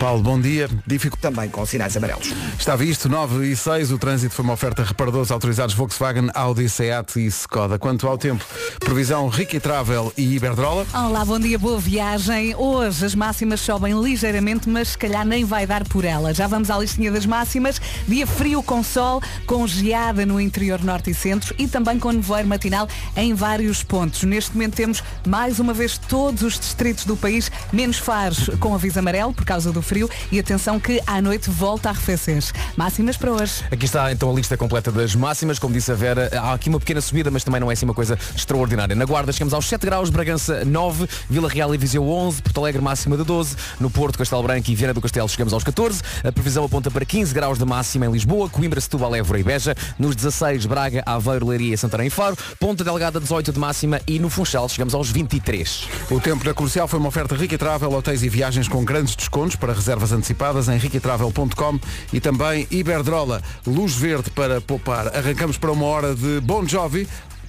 Speaker 1: Paulo, bom dia. Dificu...
Speaker 6: Também com sinais amarelos.
Speaker 1: Está visto, 9 e 6. O trânsito foi uma oferta reparadores autorizados Volkswagen, Audi, Seat e Skoda. Quanto ao tempo, previsão Ricky Travel e Iberdrola.
Speaker 2: Olá, bom dia, boa viagem. Hoje as máximas sobem ligeiramente, mas se calhar nem vai dar por ela. Já vamos à listinha das máximas. Dia frio com sol, com geada no interior norte e centro e também com nevoeiro matinal em vários pontos. Neste momento temos mais uma vez todos os distritos do país, menos Fares com aviso amarelo por causa do frio e atenção que à noite volta a arrefecer. Máximas para hoje.
Speaker 8: Aqui está então a lista completa das máximas. Como disse a Vera, há aqui uma pequena subida, mas também não é assim uma coisa extraordinária. Na Guarda chegamos aos 7 graus, Bragança 9, Vila Real e Viseu 11, Porto Alegre máxima de 12, no Porto, Castelo Branco e Viana do Castelo chegamos aos 14, a previsão aponta para 15 graus de máxima em Lisboa, Coimbra, Setúbal, Évora e Beja, nos 16, Braga, Aveiro, Leiria e Santarém e Faro, Ponta Delgada 18 de máxima e no Funchal chegamos aos 23.
Speaker 1: O tempo na comercial foi uma oferta Rica Travel, hotéis e viagens com grandes descontos para reservas antecipadas em riquitravel.com e também Iberdrola, luz verde para poupar. Arrancamos para uma hora de Bon Jovi.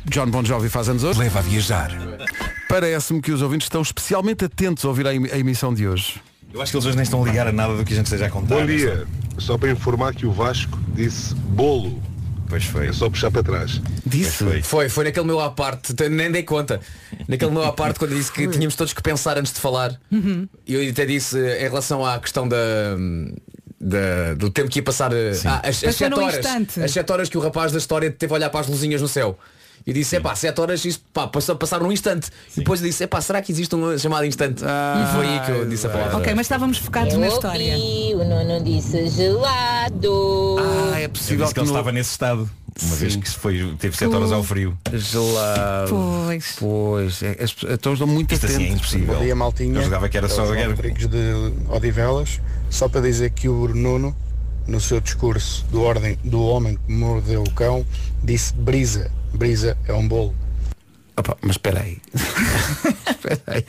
Speaker 1: John Bon Jovi faz anos hoje.
Speaker 15: Leva a viajar.
Speaker 1: Parece-me que os ouvintes estão especialmente atentos a ouvir a em- a emissão de hoje.
Speaker 12: Eu acho que eles hoje nem estão a ligar a nada do que a gente esteja a contar.
Speaker 18: Bom dia. Só para informar que o Vasco disse bolo.
Speaker 12: Pois foi.
Speaker 18: É só puxar para trás.
Speaker 1: Disse?
Speaker 8: Foi. foi, naquele meu à parte, te- nem dei conta. Naquele meu à parte quando eu disse que tínhamos todos que pensar antes de falar.
Speaker 5: Uhum.
Speaker 8: Eu até disse eh, em relação à questão da. da- do tempo que ia passar eh, ah, as,
Speaker 5: Passou
Speaker 8: as, sete
Speaker 5: num
Speaker 8: horas,
Speaker 5: instante.
Speaker 8: as sete horas que o rapaz da história teve a olhar para as luzinhas no céu e disse, epá, sete horas isto pá, passou, passaram um instante e depois eu disse, epá, será que existe um chamado instante? e foi aí que eu disse a palavra
Speaker 2: Ok, mas estávamos focados
Speaker 19: Eu
Speaker 2: na história.
Speaker 19: ouvi, o Nuno disse gelado.
Speaker 12: Ah, é possível que, ele estava nesse estado. Uma vez que se foi, teve 7
Speaker 19: Tu-
Speaker 12: horas ao frio.
Speaker 1: Gelado.
Speaker 2: Pois.
Speaker 1: Pois. É, as pessoas estão muito
Speaker 12: Isto assim é
Speaker 1: atentas.
Speaker 12: impossível.
Speaker 20: Bom dia, maltinha.
Speaker 12: Eu jogava que era só...
Speaker 20: Eles
Speaker 12: Era...
Speaker 20: vão Rodrigues de Odivelas. Só para dizer que o Nuno, no seu discurso do, ordem, do homem que mordeu o cão, disse brisa. Brisa é um bolo.
Speaker 1: Opa, mas espera aí. Espera aí.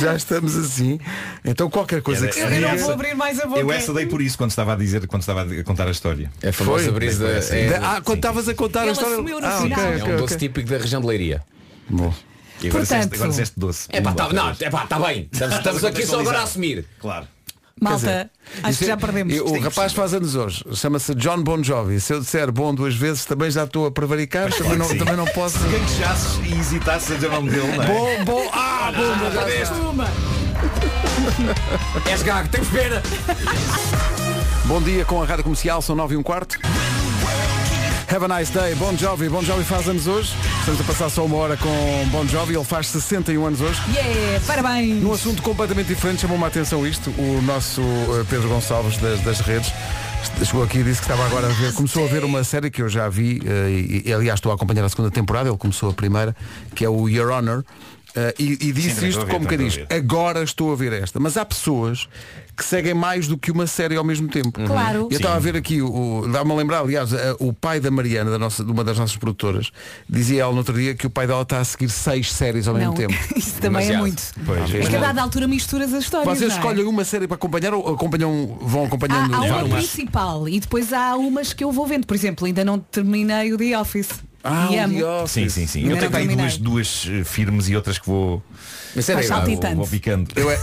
Speaker 1: Já estamos assim. Então qualquer coisa
Speaker 12: Era-
Speaker 1: que se
Speaker 12: era
Speaker 1: diga-
Speaker 12: essa-
Speaker 2: mais a boca.
Speaker 12: Eu essa dei por isso quando estava a dizer, quando estava a contar a história.
Speaker 8: É famosa brisa, é-
Speaker 1: Ah, quando estavas a contar a
Speaker 8: Ele
Speaker 1: história.
Speaker 8: assumiu no
Speaker 1: ah,
Speaker 8: final.
Speaker 1: ok,
Speaker 8: É um
Speaker 1: ok,
Speaker 8: doce
Speaker 1: ok.
Speaker 8: típico da região de Leiria.
Speaker 1: Bom.
Speaker 12: E agora disseste- agora disseste doce.
Speaker 8: É pá,
Speaker 12: Pumba,
Speaker 8: tá, não,
Speaker 12: talvez.
Speaker 8: é pá, tá bem. Estamos, estamos aqui só agora a assumir.
Speaker 12: Claro.
Speaker 2: Malta,
Speaker 1: Quer dizer,
Speaker 2: acho
Speaker 1: isso
Speaker 2: que
Speaker 1: é-
Speaker 2: já perdemos.
Speaker 1: O rapaz faz anos hoje, chama-se John Bon Jovi. Se eu disser bom duas vezes, também já estou a prevaricar,
Speaker 12: Mas
Speaker 1: também,
Speaker 12: claro
Speaker 1: não,
Speaker 12: que sim.
Speaker 1: também não posso.
Speaker 12: Se gaguejasses e hesitasses a dizer o nome dele, não é?
Speaker 1: Bom, bom, ah, bom,
Speaker 12: já
Speaker 1: já
Speaker 12: deste.
Speaker 2: Uma.
Speaker 8: És gago, tens pena.
Speaker 1: Bom dia com a Rádio Comercial, são 9 e um quarto. Have a nice day, Bon Jovi. Bon Jovi faz anos hoje. Estamos a passar só uma hora com Bon Jovi, ele faz 61 anos hoje.
Speaker 2: Yeah, é, parabéns.
Speaker 1: Num assunto completamente diferente, chamou-me a atenção isto. O nosso eh, Pedro Gonçalves das, das redes est- chegou aqui e disse que estava agora a ver. Começou a ver uma série que eu já vi, eh, e, e, aliás estou a acompanhar a segunda temporada, ele começou a primeira, que é o Your Honor. eh, e, e
Speaker 12: também
Speaker 1: disse
Speaker 12: estou a
Speaker 1: isto
Speaker 12: ver,
Speaker 1: como que
Speaker 12: também
Speaker 1: diz,
Speaker 12: estou a
Speaker 1: agora estou a ver esta. Mas há pessoas que seguem mais do que uma série ao mesmo tempo.
Speaker 2: Uhum. Claro.
Speaker 1: Eu estava a ver aqui, o- o, dá-me a lembrar, aliás, a- o pai da Mariana, da nossa, de uma das nossas produtoras, dizia ela no outro dia que o pai dela está a seguir seis séries ao
Speaker 2: Não,
Speaker 1: mesmo tempo.
Speaker 2: Isso também é muito. Mas que a dada altura misturas as histórias.
Speaker 1: Vocês
Speaker 2: não é?
Speaker 1: escolhem uma série para acompanhar ou acompanham, vão
Speaker 2: Há,
Speaker 1: acompanhando
Speaker 2: Ah, há uma
Speaker 1: várias?
Speaker 2: principal e depois há umas que eu vou vendo. Por exemplo, ainda não terminei o The Office.
Speaker 1: Ah,
Speaker 2: e
Speaker 1: o
Speaker 2: amo.
Speaker 1: The Office.
Speaker 12: Sim, sim, sim.
Speaker 2: Ainda
Speaker 12: Eu tenho
Speaker 2: não
Speaker 12: aí duas,
Speaker 2: terminei.
Speaker 12: duas eh, firmes e outras que vou.
Speaker 1: Mas era
Speaker 2: é
Speaker 12: Ah,
Speaker 1: igual.
Speaker 12: vou, vou picando.
Speaker 1: Eu é,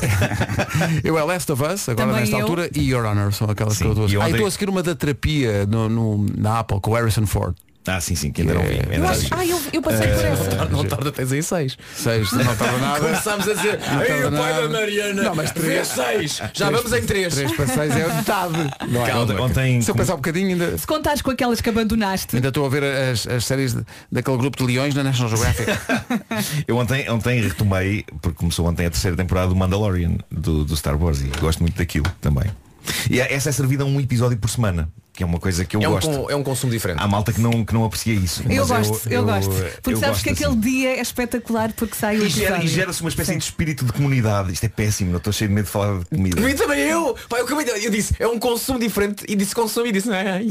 Speaker 1: eu é Last of Us, agora
Speaker 12: Também
Speaker 1: nesta
Speaker 12: eu.
Speaker 1: altura, e Your Honor, são aquelas que eu estou a
Speaker 12: e
Speaker 1: Ah,
Speaker 12: ontem-
Speaker 1: e estou a seguir uma da terapia no, no- na Apple com o Harrison Ford.
Speaker 12: Ah, sim, sim, que ainda não vi. ainda
Speaker 2: Eu
Speaker 12: não
Speaker 2: acho-
Speaker 12: vi.
Speaker 2: ah, eu, eu passei por essa.
Speaker 8: Não tarda, tens aí seis.
Speaker 1: Seis, não estava nada.
Speaker 8: Começámos a dizer,
Speaker 1: Não
Speaker 8: ei,
Speaker 1: estava
Speaker 8: o pai
Speaker 1: nada.
Speaker 8: da Mariana.
Speaker 1: Não, mas três.
Speaker 8: vê seis. Já
Speaker 1: Três-
Speaker 8: vamos em três.
Speaker 1: Três para seis é a metade. Não é?
Speaker 12: Calma, Ontem- ontem-
Speaker 1: Se eu pensar um bocadinho, ainda,
Speaker 2: Se contares com aquelas que abandonaste,
Speaker 1: ainda estou a ver as, as séries de- daquele grupo de leões na National Geographic.
Speaker 12: Eu ontem, ontem retomei, porque começou ontem a terceira temporada do Mandalorian, do, do Star Wars, e gosto muito daquilo também. E essa é servida a um episódio por semana, que é uma coisa que eu
Speaker 8: É um,
Speaker 12: gosto.
Speaker 8: con- é um consumo diferente.
Speaker 12: Há malta que não, que não aprecia isso.
Speaker 2: eu
Speaker 12: mas
Speaker 2: gosto, eu, gosto. Porque
Speaker 12: eu
Speaker 2: sabes
Speaker 12: gosto
Speaker 2: que aquele
Speaker 12: assim.
Speaker 2: dia é espetacular porque sai o
Speaker 12: E gera- e
Speaker 2: episódio.
Speaker 12: gera-se uma espécie de espírito de comunidade. Isto é péssimo, não estou cheio de medo de falar de comida.
Speaker 8: Comi também eu! Pá, eu, comi, eu disse, é um consumo diferente e disse consumo e disse, não é?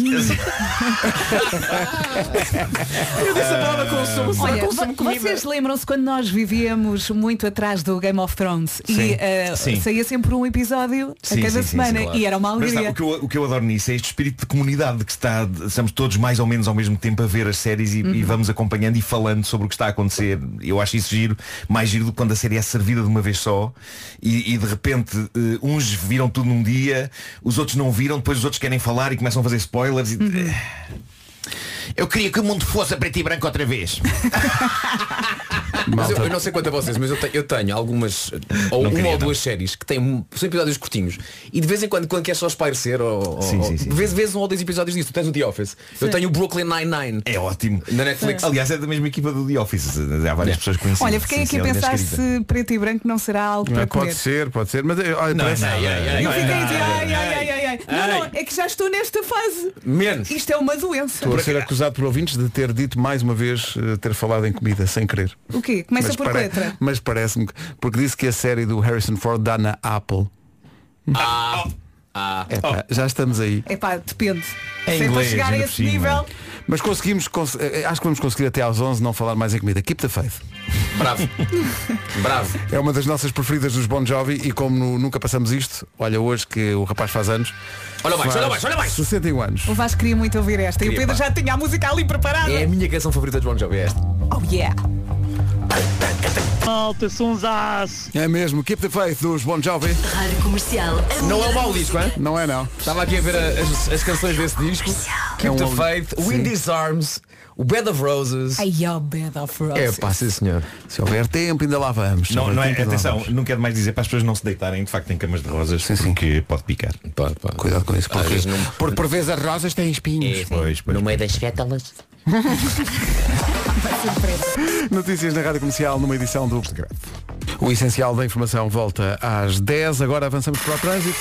Speaker 8: eu disse a palavra consumo, só
Speaker 2: Olha,
Speaker 8: consumo
Speaker 2: vo-
Speaker 8: comida.
Speaker 2: vocês lembram-se quando nós vivíamos muito atrás do Game of Thrones
Speaker 12: Sim,
Speaker 2: e eh,
Speaker 12: sim.
Speaker 2: saía sempre um episódio a cada semana
Speaker 12: claro.
Speaker 2: e era uma
Speaker 12: Mas
Speaker 2: alegria.
Speaker 12: sabe, o, que eu, o que eu adoro nisso é este espírito de comunidade que está, estamos todos mais ou menos ao mesmo tempo a ver as séries e,
Speaker 2: Uhum.
Speaker 12: e vamos acompanhando e falando sobre o que está a acontecer. Eu acho isso giro, mais giro do que quando a série é servida de uma vez só e, e de repente eh, uns viram tudo num dia, os outros não viram, depois os outros querem falar e começam a fazer spoilers. e-
Speaker 2: Uhum.
Speaker 12: Eh, Eu queria que o mundo fosse a preto e branco outra vez.
Speaker 8: Mas eu, eu não sei quanto a vocês, mas eu, te- eu tenho algumas, ou uma ou duas séries que têm um- são episódios curtinhos e de vez em quando, quando queres só espairecer, ou, ou-
Speaker 12: Sim, sim, sim.
Speaker 8: de vez, vez um ou dois episódios disso, tu tens o The Office. Eu
Speaker 2: Sim.
Speaker 8: tenho o Brooklyn Nine-Nine.
Speaker 12: É ótimo.
Speaker 8: Na Netflix. É.
Speaker 12: Aliás, é da mesma equipa do The Office. Há várias pessoas que conhecem.
Speaker 2: Olha, fiquei
Speaker 12: Sim,
Speaker 2: aqui
Speaker 12: sim,
Speaker 2: a
Speaker 12: é linda
Speaker 2: pensar
Speaker 12: escrita.
Speaker 2: se preto e branco não será algo para comer.
Speaker 1: é pode ser, pode ser, mas eh, olha,
Speaker 12: Não,
Speaker 1: parece-
Speaker 12: não,
Speaker 8: é,
Speaker 12: não, não, não,
Speaker 2: Eu
Speaker 12: não,
Speaker 2: fiquei a dizer,
Speaker 12: não,
Speaker 2: ai,
Speaker 12: não,
Speaker 2: ai, ai, ai, ai. Não, não, é que já estou nesta fase.
Speaker 8: Menos.
Speaker 2: Isto é uma doença.
Speaker 1: Estou a ser acusado por ouvintes de ter dito mais uma vez eh, ter falado em comida sem querer.
Speaker 2: O quê? Começa por que
Speaker 1: pare-
Speaker 2: letra.
Speaker 1: Mas parece-me que, porque disse que a série do Harrison Ford dá na Apple.
Speaker 8: Ah, ah.
Speaker 1: Epá, já estamos aí.
Speaker 2: É pá, depende.
Speaker 1: Em
Speaker 2: Se é para
Speaker 1: inglês,
Speaker 2: chegar a
Speaker 1: ainda
Speaker 2: esse
Speaker 1: por cima.
Speaker 2: nível.
Speaker 1: Mas conseguimos, cons- eh, acho que vamos conseguir até às 11 não falar mais em comida. Keep the faith.
Speaker 8: Bravo. Bravo.
Speaker 1: É uma das nossas preferidas dos Bon Jovi e como nu- nunca passamos isto, olha hoje que o rapaz faz anos.
Speaker 8: Olha o baixo,
Speaker 1: faz
Speaker 8: olha o baixo, olha o baixo.
Speaker 1: 61 anos.
Speaker 2: O Vasco queria muito ouvir esta. e o
Speaker 8: Queria,
Speaker 2: Pedro
Speaker 8: pá.
Speaker 2: já tinha a música ali preparada.
Speaker 8: É a minha canção favorita de Bon Jovi, é esta.
Speaker 2: Oh yeah.
Speaker 1: Malta, sonsaço. É mesmo, Keep the Faith dos Bon Jovi.
Speaker 9: Rádio Comercial. a
Speaker 8: Não é
Speaker 9: melhor
Speaker 8: um mau
Speaker 9: música.
Speaker 8: disco, hein?
Speaker 1: Não é não.
Speaker 8: Estava aqui a ver a- as, as canções desse disco. Keep
Speaker 1: É um
Speaker 8: the
Speaker 1: álbum-
Speaker 8: Faith, Wind
Speaker 1: Sim.
Speaker 8: is Arms, o Bed of Roses.
Speaker 2: Ai, oh, bed of
Speaker 8: É
Speaker 2: roses.
Speaker 8: pá, sim senhor.
Speaker 1: Se houver tempo ainda lá vamos. Se
Speaker 12: Não,
Speaker 1: houver
Speaker 12: não é,
Speaker 1: tempo, ainda lá
Speaker 12: atenção,
Speaker 1: vamos.
Speaker 12: não quero mais dizer para as pessoas não se deitarem de facto em camas de rosas porque pode picar.
Speaker 1: Cuidado com isso, porque,
Speaker 8: vezes não-
Speaker 1: porque por vezes as rosas têm espinhos.
Speaker 12: Pois, pois.
Speaker 8: No meio das pétalas.
Speaker 1: Notícias na Rádio Comercial numa edição do O essencial da informação volta às 10. Agora avançamos para o trânsito.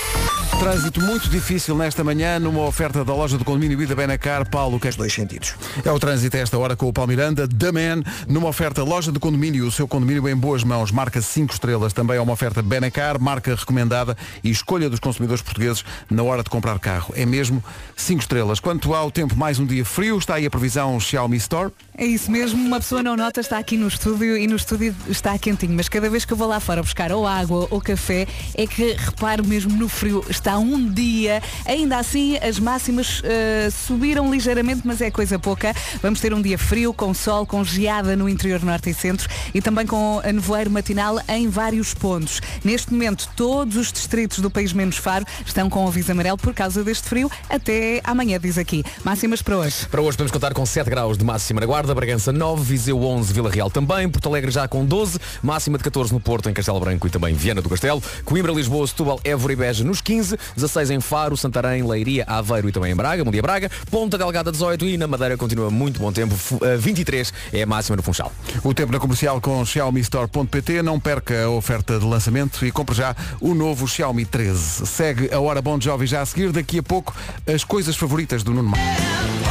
Speaker 1: Trânsito muito difícil nesta manhã numa oferta da loja do condomínio Ida Benacar. Paulo, o que é dois sentidos? É o trânsito a esta hora com o Paulo Miranda, da Man, numa oferta loja do condomínio, o seu condomínio em boas mãos, marca 5 estrelas. Também é uma oferta Benacar, marca recomendada e escolha dos consumidores portugueses na hora de comprar carro. É mesmo 5 estrelas. Quanto ao tempo, mais um dia frio, está aí a previsão Xiaomi Store.
Speaker 2: É isso mesmo, uma pessoa não nota, está aqui no estúdio e no estúdio está quentinho, mas cada vez que eu vou lá fora buscar ou água ou café, é que reparo mesmo no frio, está há um dia. Ainda assim, as máximas eh, subiram ligeiramente, mas é coisa pouca. Vamos ter um dia frio, com sol, com geada no interior norte e centro e também com a nevoeiro matinal em vários pontos. Neste momento, todos os distritos do país menos Faro estão com aviso amarelo por causa deste frio até amanhã, diz aqui. Máximas para hoje.
Speaker 8: Para hoje podemos contar com 7 graus de máxima na Guarda, Bragança 9, Viseu 11, Vila Real também, Porto Alegre já com 12, máxima de 14 no Porto, em Castelo Branco e também Viana do Castelo, Coimbra, Lisboa, Setúbal, Évora e Beja nos 15, 16 em Faro, Santarém, Leiria, Aveiro e também em Braga, Mundia Braga, Ponta Delgada 18 e na Madeira continua muito bom tempo, fu- eh, 23 é a máxima no Funchal.
Speaker 1: O tempo na comercial com Xiaomi Store.pt. Não perca a oferta de lançamento e compre já o novo Xiaomi 13. Segue a Hora Bom Jovem já a seguir. Daqui a pouco, as coisas favoritas do Nuno Marco.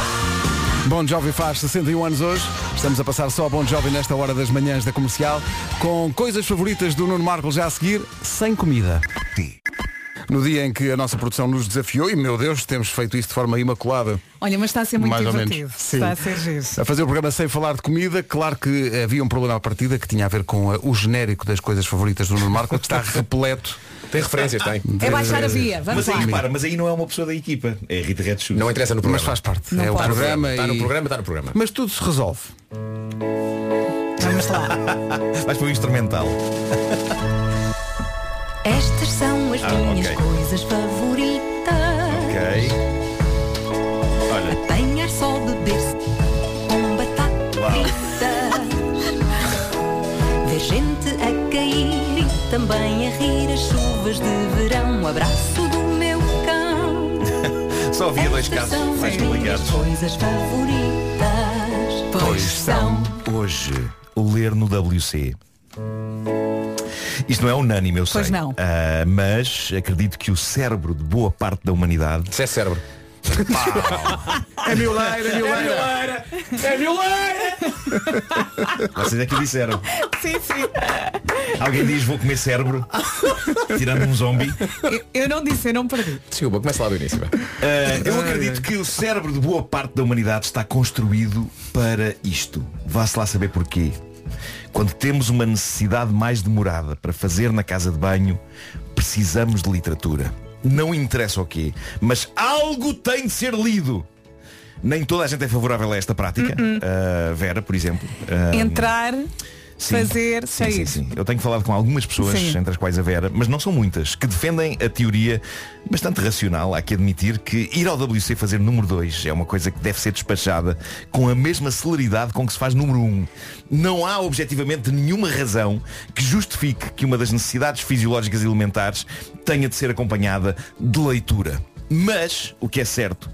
Speaker 1: Bom Jovem faz 61 anos hoje. Estamos a passar só Bom Jovem nesta hora das manhãs da comercial com coisas favoritas do Nuno Marco já a seguir, sem comida. No dia em que a nossa produção nos desafiou, e meu Deus, temos feito isso de forma imaculada.
Speaker 2: Olha, mas está a ser muito
Speaker 1: Mais ou menos.
Speaker 2: divertido.
Speaker 1: Sim.
Speaker 2: Está a ser giro.
Speaker 1: A fazer o programa sem falar de comida, claro que havia um problema à partida que tinha a ver com eh, o genérico das coisas favoritas do Nuno Marco, que está repleto.
Speaker 8: Tem referências, tem.
Speaker 1: de-
Speaker 2: É baixar a via, vamos
Speaker 12: mas aí,
Speaker 2: lá.
Speaker 12: repara, mas aí não é uma pessoa da equipa. É a Rita Red Shoes.
Speaker 8: Não interessa no programa.
Speaker 1: Mas faz parte.
Speaker 8: Não
Speaker 1: é o
Speaker 8: pode.
Speaker 1: programa.
Speaker 8: Está tá no
Speaker 1: e-
Speaker 8: programa, está no programa.
Speaker 1: Mas tudo se resolve.
Speaker 2: Vamos lá.
Speaker 12: Vais para o instrumental.
Speaker 9: Estas são as
Speaker 12: Ah,
Speaker 9: minhas
Speaker 12: ok.
Speaker 9: coisas favoritas.
Speaker 12: Ok. Olha.
Speaker 9: Apanhar só beber-se com batata
Speaker 12: Uau.
Speaker 9: frita. Ver gente a cair e também a rir as chuvas de verão. O abraço do meu cão.
Speaker 12: Só havia dois casos mais complicados.
Speaker 9: Coisas favoritas. Pois são.
Speaker 12: Hoje, ler no WC. Isto não é unânime, eu sei.
Speaker 9: Pois não.
Speaker 12: Ah, mas acredito que o cérebro de boa parte da humanidade.
Speaker 8: Se é cérebro.
Speaker 1: É miuleira,
Speaker 8: miuleira. É
Speaker 12: Vocês é que disseram.
Speaker 2: Sim, sim.
Speaker 12: Alguém diz vou comer cérebro, tirando um zombi.
Speaker 2: Eu, eu não disse, eu não perdi.
Speaker 8: Desculpa, começa lá do início. vá.
Speaker 12: Ah, eu acredito que o cérebro de boa parte da humanidade está construído para isto. Vá-se lá saber porquê. Quando temos uma necessidade mais demorada para fazer na casa de banho, precisamos de literatura. Não interessa o quê, mas algo tem de ser lido. Nem toda a gente é favorável a esta prática. Ah, Vera, por exemplo. ah,
Speaker 2: Entrar,
Speaker 12: Sim.
Speaker 2: fazer,
Speaker 12: Sim,
Speaker 2: sair.
Speaker 12: sim, sim. Eu tenho falado com algumas pessoas,
Speaker 2: Sim.
Speaker 12: entre as quais a Vera, mas não são muitas, que defendem a teoria bastante racional, há que admitir que ir ao WC fazer número 2 é uma coisa que deve ser despachada com a mesma celeridade com que se faz número 1. Um. Não há objetivamente nenhuma razão que justifique que uma das necessidades fisiológicas elementares tenha de ser acompanhada de leitura. Mas, o que é certo,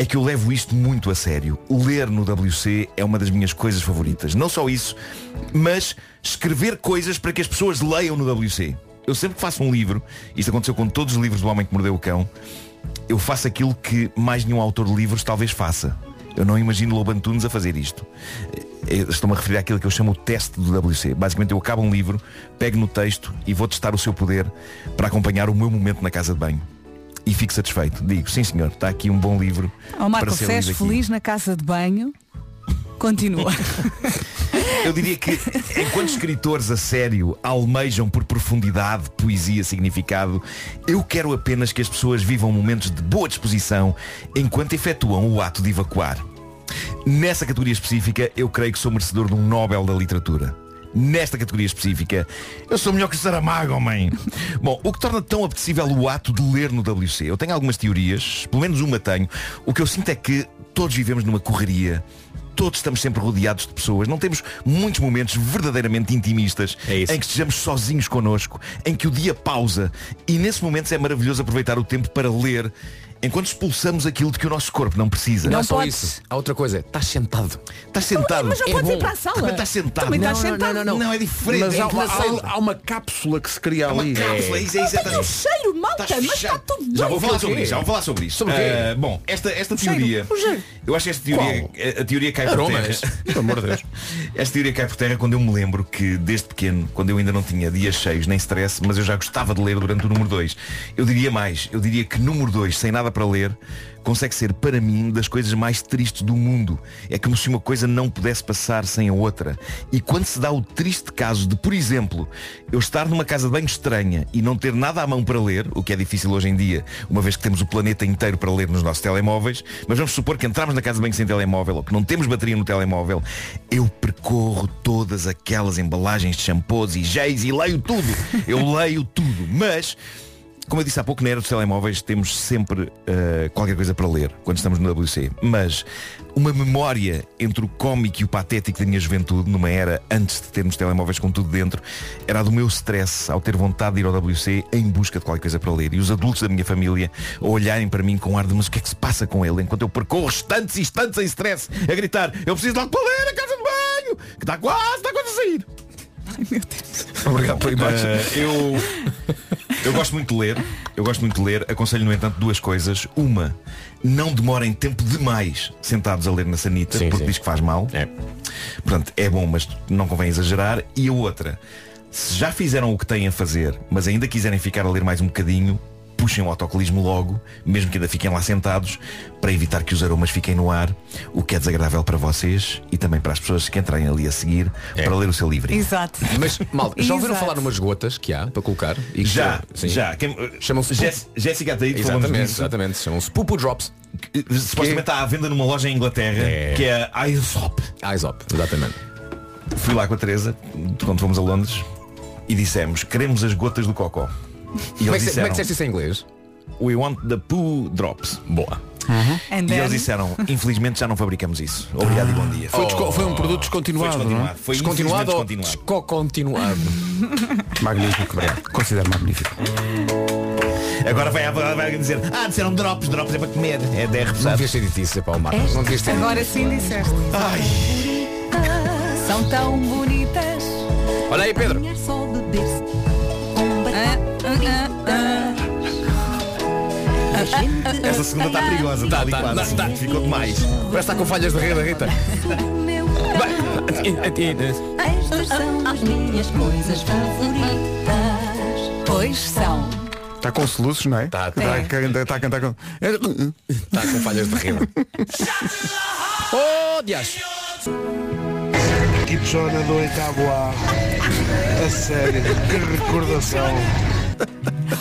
Speaker 12: é que eu levo isto muito a sério. Ler no WC é uma das minhas coisas favoritas. Não só isso, mas escrever coisas para que as pessoas leiam no WC. Eu sempre que faço um livro, isto aconteceu com todos os livros do Homem que Mordeu o Cão, eu faço aquilo que mais nenhum autor de livros talvez faça. Eu não imagino Lobo Antunes a fazer isto. Eh, Estou-me a referir àquilo que eu chamo o teste do WC. Basicamente eu acabo um livro, pego no texto e vou testar o seu poder para acompanhar o meu momento na casa de banho. E fico satisfeito. Digo, sim senhor, está aqui um bom livro.
Speaker 2: Ó Oh, Marco,
Speaker 12: para ser
Speaker 2: se és
Speaker 12: lido aqui."
Speaker 2: feliz na casa de banho, continua.
Speaker 12: Eu diria que enquanto escritores a sério almejam por profundidade, poesia, significado, eu quero apenas que as pessoas vivam momentos de boa disposição enquanto efetuam o ato de evacuar. Nessa categoria específica, eu creio que sou merecedor de um Nobel da Literatura. Nesta categoria específica, eu sou melhor que o Saramago, homem. Bom, o que torna tão apetecível o ato de ler no WC? Eu tenho algumas teorias, pelo menos uma tenho. O que eu sinto é que todos vivemos numa correria, todos estamos sempre rodeados de pessoas, não temos muitos momentos verdadeiramente intimistas
Speaker 8: É
Speaker 12: em que estejamos sozinhos connosco, em que o dia pausa e nesses momentos é maravilhoso aproveitar o tempo para ler enquanto expulsamos aquilo de que o nosso corpo não precisa.
Speaker 8: E não, é só isso. Há outra coisa. Estás sentado.
Speaker 12: Estás sentado. É
Speaker 8: Mas não podes ir para a sala.
Speaker 12: Também estás sentado.
Speaker 8: Também estás Não, não, sentado. não, não, não.
Speaker 12: é diferente.
Speaker 1: Mas
Speaker 12: é
Speaker 1: há, há-
Speaker 12: inclinação.
Speaker 1: há- há uma cápsula que se cria
Speaker 12: uma
Speaker 1: ali.
Speaker 12: cápsula, isso é
Speaker 1: Não
Speaker 12: isso, é
Speaker 8: um
Speaker 1: tenho
Speaker 12: isso.
Speaker 2: Cheiro, malta,
Speaker 12: Estás
Speaker 2: mas está
Speaker 12: fechado.
Speaker 2: tudo bem.
Speaker 12: Já vou falar sobre isso, já vou falar sobre isso.
Speaker 2: Sobre o quê?
Speaker 12: Ah, bom, esta, esta
Speaker 2: Cheiro.
Speaker 12: teoria.
Speaker 2: O cheiro.
Speaker 12: Eu acho que esta teoria, a, a teoria cai por terra.
Speaker 8: Aromas. Pelo amor de Deus.
Speaker 12: Esta teoria cai por terra quando eu me lembro que desde pequeno, quando eu ainda não tinha dias cheios nem stress, mas eu já gostava de ler durante o número 2. Eu diria mais, eu diria que número 2, sem nada nada para ler, consegue ser, para mim, das coisas mais tristes do mundo. É como se uma coisa não pudesse passar sem a outra. E quando se dá o triste caso de, por exemplo, eu estar numa casa de banho estranha e não ter nada à mão para ler, o que é difícil hoje em dia, uma vez que temos o planeta inteiro para ler nos nossos telemóveis, mas vamos supor que entramos na casa de banho sem telemóvel ou que não temos bateria no telemóvel, eu percorro todas aquelas embalagens de shampoos e géis e leio tudo. Eu leio tudo. Mas como eu disse há pouco, na era dos telemóveis temos sempre eh, qualquer coisa para ler quando estamos no WC. Mas uma memória entre o cómico e o patético da minha juventude, numa era antes de termos telemóveis com tudo dentro, era a do meu stress ao ter vontade de ir ao WC em busca de qualquer coisa para ler. E os adultos da minha família a olharem para mim com ar de mas o que é que se passa com ele? Enquanto eu percorro estantes e estantes em stress a gritar, eu preciso de algo para ler a casa de banho, que está quase, está quase a sair.
Speaker 8: Obrigado por imagem.
Speaker 12: Eh, eu, eu gosto muito de ler. Eu gosto muito de ler. Aconselho, no entanto, duas coisas. Uma, não demorem tempo demais sentados a ler na sanita, porque diz que faz mal. É. Portanto, é bom, mas não convém exagerar. E a outra, se já fizeram o que têm a fazer, mas ainda quiserem ficar a ler mais um bocadinho, puxem o autocolismo logo, mesmo que ainda fiquem lá sentados, para evitar que os aromas fiquem no ar, o que é desagradável para vocês e também para as pessoas que entrarem ali a seguir
Speaker 8: É.
Speaker 12: para ler o seu livro.
Speaker 2: Exato.
Speaker 8: Mas, mal, já ouviram
Speaker 2: Exato.
Speaker 8: falar numas gotas que há para colocar? E que
Speaker 12: Já,
Speaker 8: são- sim.
Speaker 12: já. Quem-
Speaker 8: Chamam-se
Speaker 12: Jess-
Speaker 8: pupu.
Speaker 12: Jéssica Ataíde, falamos
Speaker 8: Exatamente,
Speaker 12: disso.
Speaker 8: exatamente. Chamam-se Pupu Drops.
Speaker 12: supostamente está à venda numa loja em Inglaterra que é a ISOP.
Speaker 8: ISOP, exatamente.
Speaker 12: Fui lá com a Teresa, quando fomos a Londres, e dissemos, queremos as gotas do Cocó. E
Speaker 8: Como é
Speaker 12: eles
Speaker 8: que se- como é que
Speaker 12: disseram,
Speaker 8: disseste isso em inglês?
Speaker 12: We want the poo drops. Boa.
Speaker 2: And
Speaker 12: E eles
Speaker 2: then-
Speaker 12: disseram, infelizmente já não fabricamos isso. Obrigado e bom dia.
Speaker 1: Foi desco- foi um produto descontinuado,
Speaker 12: Foi descontinuado.
Speaker 1: não é?
Speaker 12: Foi
Speaker 1: Descontinuado ou
Speaker 12: infelizmente descontinuado.
Speaker 8: Continuado.
Speaker 1: Magnífico, obrigado. Considero magnífico.
Speaker 12: Agora vai, vai, vai dizer, ah, disseram drops, drops é para comer. É 10 repousados. Não
Speaker 8: devias ter dito isso, é para o
Speaker 12: Marcos. Não devias ter dito.
Speaker 2: Agora sim disseste.
Speaker 12: Ai.
Speaker 2: São tão bonitas.
Speaker 8: Olha aí, Pedro.
Speaker 2: Ah, ah.
Speaker 12: Essa segunda está perigosa,
Speaker 8: Tá,
Speaker 12: está tá ali quase. Ficou demais.
Speaker 8: Parece que está com falhas de rede, Rita. Tá,
Speaker 9: Estas são as minhas coisas favoritas.
Speaker 2: Pois são.
Speaker 1: Está com soluços, não é? Está
Speaker 2: tá.
Speaker 1: a cantar- tá a cantar com. uh.
Speaker 8: Está tá com falhas de rima. Oh, dias.
Speaker 13: Kipchona do oitavo A. A sério, que recordação.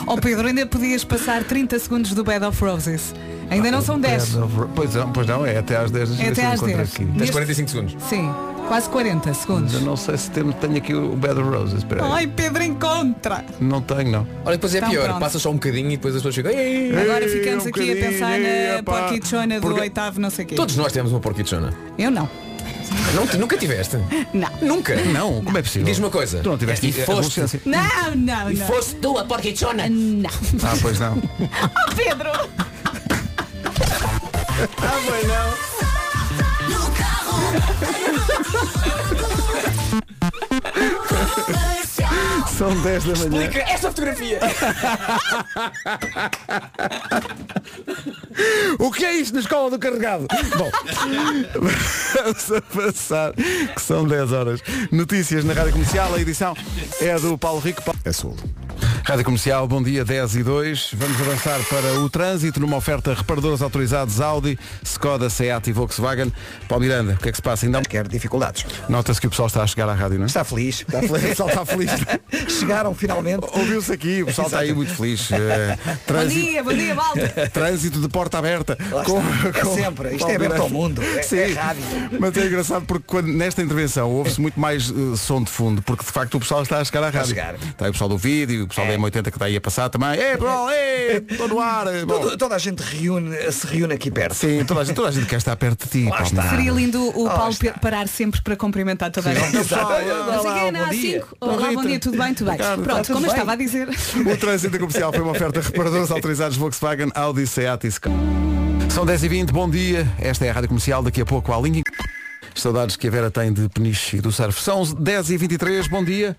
Speaker 2: Ó Oh, Pedro, ainda podias passar 30 segundos do Bed of Roses. Ainda não são 10.
Speaker 1: Pois não, pois não, é até às 10
Speaker 2: É até às 10. Neste-
Speaker 8: segundos.
Speaker 2: Sim, quase 40 segundos.
Speaker 1: Eu não sei se temos- tenho aqui o Bad Roses, espera
Speaker 8: é.
Speaker 1: aí.
Speaker 2: Ai, Pedro, encontra!
Speaker 1: Não tenho, não.
Speaker 8: Olha, depois é
Speaker 2: Então
Speaker 8: pior.
Speaker 2: pronto.
Speaker 8: Passa só um bocadinho e depois as pessoas ficam. "Ei,
Speaker 2: Agora
Speaker 8: ei,
Speaker 2: ficamos
Speaker 8: um
Speaker 2: aqui a
Speaker 8: bocadinho,
Speaker 2: pensar
Speaker 8: ei,
Speaker 2: na
Speaker 8: epá."
Speaker 2: porquichona do
Speaker 8: Porque
Speaker 2: oitavo, não sei o quê.
Speaker 8: Todos nós temos uma porquichona.
Speaker 2: Eu não.
Speaker 8: Não, tu nunca tiveste?
Speaker 2: Não.
Speaker 8: Nunca?
Speaker 1: Não, como é possível?
Speaker 8: Diz uma coisa. É
Speaker 1: Tu não tiveste
Speaker 8: E foste.
Speaker 1: adolescência?
Speaker 2: Não, não,
Speaker 8: E
Speaker 2: não.
Speaker 8: foste tu a porquichona?
Speaker 2: Não.
Speaker 1: Ah, pois não.
Speaker 2: Oh, Pedro!
Speaker 1: ah, pois não. São 10 da manhã.
Speaker 8: Explica esta fotografia.
Speaker 1: O que é isto na escola do carregado? Bom, vamos avançar, que são 10 horas. Notícias na Rádio Comercial, a edição é a do Paulo Rico. É solo. Rádio Comercial, bom dia, 10 e 2. Vamos avançar para o trânsito numa oferta reparadores autorizados Audi, Skoda, Seat e Volkswagen. Paulo Miranda, o que é que se passa? Ainda um-
Speaker 6: quer dificuldades.
Speaker 1: Nota-se que o pessoal está a chegar à rádio, não é?
Speaker 6: Está feliz. Está
Speaker 1: feliz. O pessoal está feliz.
Speaker 6: Chegaram finalmente.
Speaker 1: Ouviu-se aqui, o pessoal está aí muito feliz. Eh,
Speaker 6: Bom dia, bom dia, malta.
Speaker 1: Trânsito de porta aberta.
Speaker 6: Lá está. É sempre. Isto é aberto ao mundo. É-
Speaker 1: Sim.
Speaker 6: é rádio.
Speaker 1: Mas é engraçado porque quando, nesta intervenção ouve-se muito mais eh, som de fundo, porque de facto o pessoal está a chegar à
Speaker 6: Está a
Speaker 1: rádio.
Speaker 6: chegar. É.
Speaker 1: Está aí o pessoal do vídeo, o pessoal da M80 que está aí a passar também. É, pessoal, é, estou no ar. eh, bom.
Speaker 6: Toda, toda a gente reúne, se reúne aqui perto.
Speaker 1: Sim, toda a gente, toda a gente quer estar perto de ti. Paulo Miranda.
Speaker 2: Seria lindo o Paulo pe- parar sempre para cumprimentar toda a
Speaker 1: Sim.
Speaker 2: gente.
Speaker 1: Exato.
Speaker 2: Não sei
Speaker 1: Olá,
Speaker 2: quem, não,
Speaker 1: bom
Speaker 2: há
Speaker 1: dia.
Speaker 2: cinco. Olá, bom
Speaker 1: Rita.
Speaker 2: dia, tudo bem, tudo bem.
Speaker 1: Ricardo,
Speaker 2: Pronto,
Speaker 1: está
Speaker 2: como
Speaker 1: tudo
Speaker 2: eu
Speaker 1: bem?
Speaker 2: estava a dizer.
Speaker 1: O trânsito comercial foi uma oferta de reparadores autorizados Volkswagen, Audi, Seat e Skoda. São 10h20, bom dia. Esta é a Rádio Comercial, daqui a pouco à linha. Saudades que a Vera tem de peniche e do surf. São 10h23, bom dia.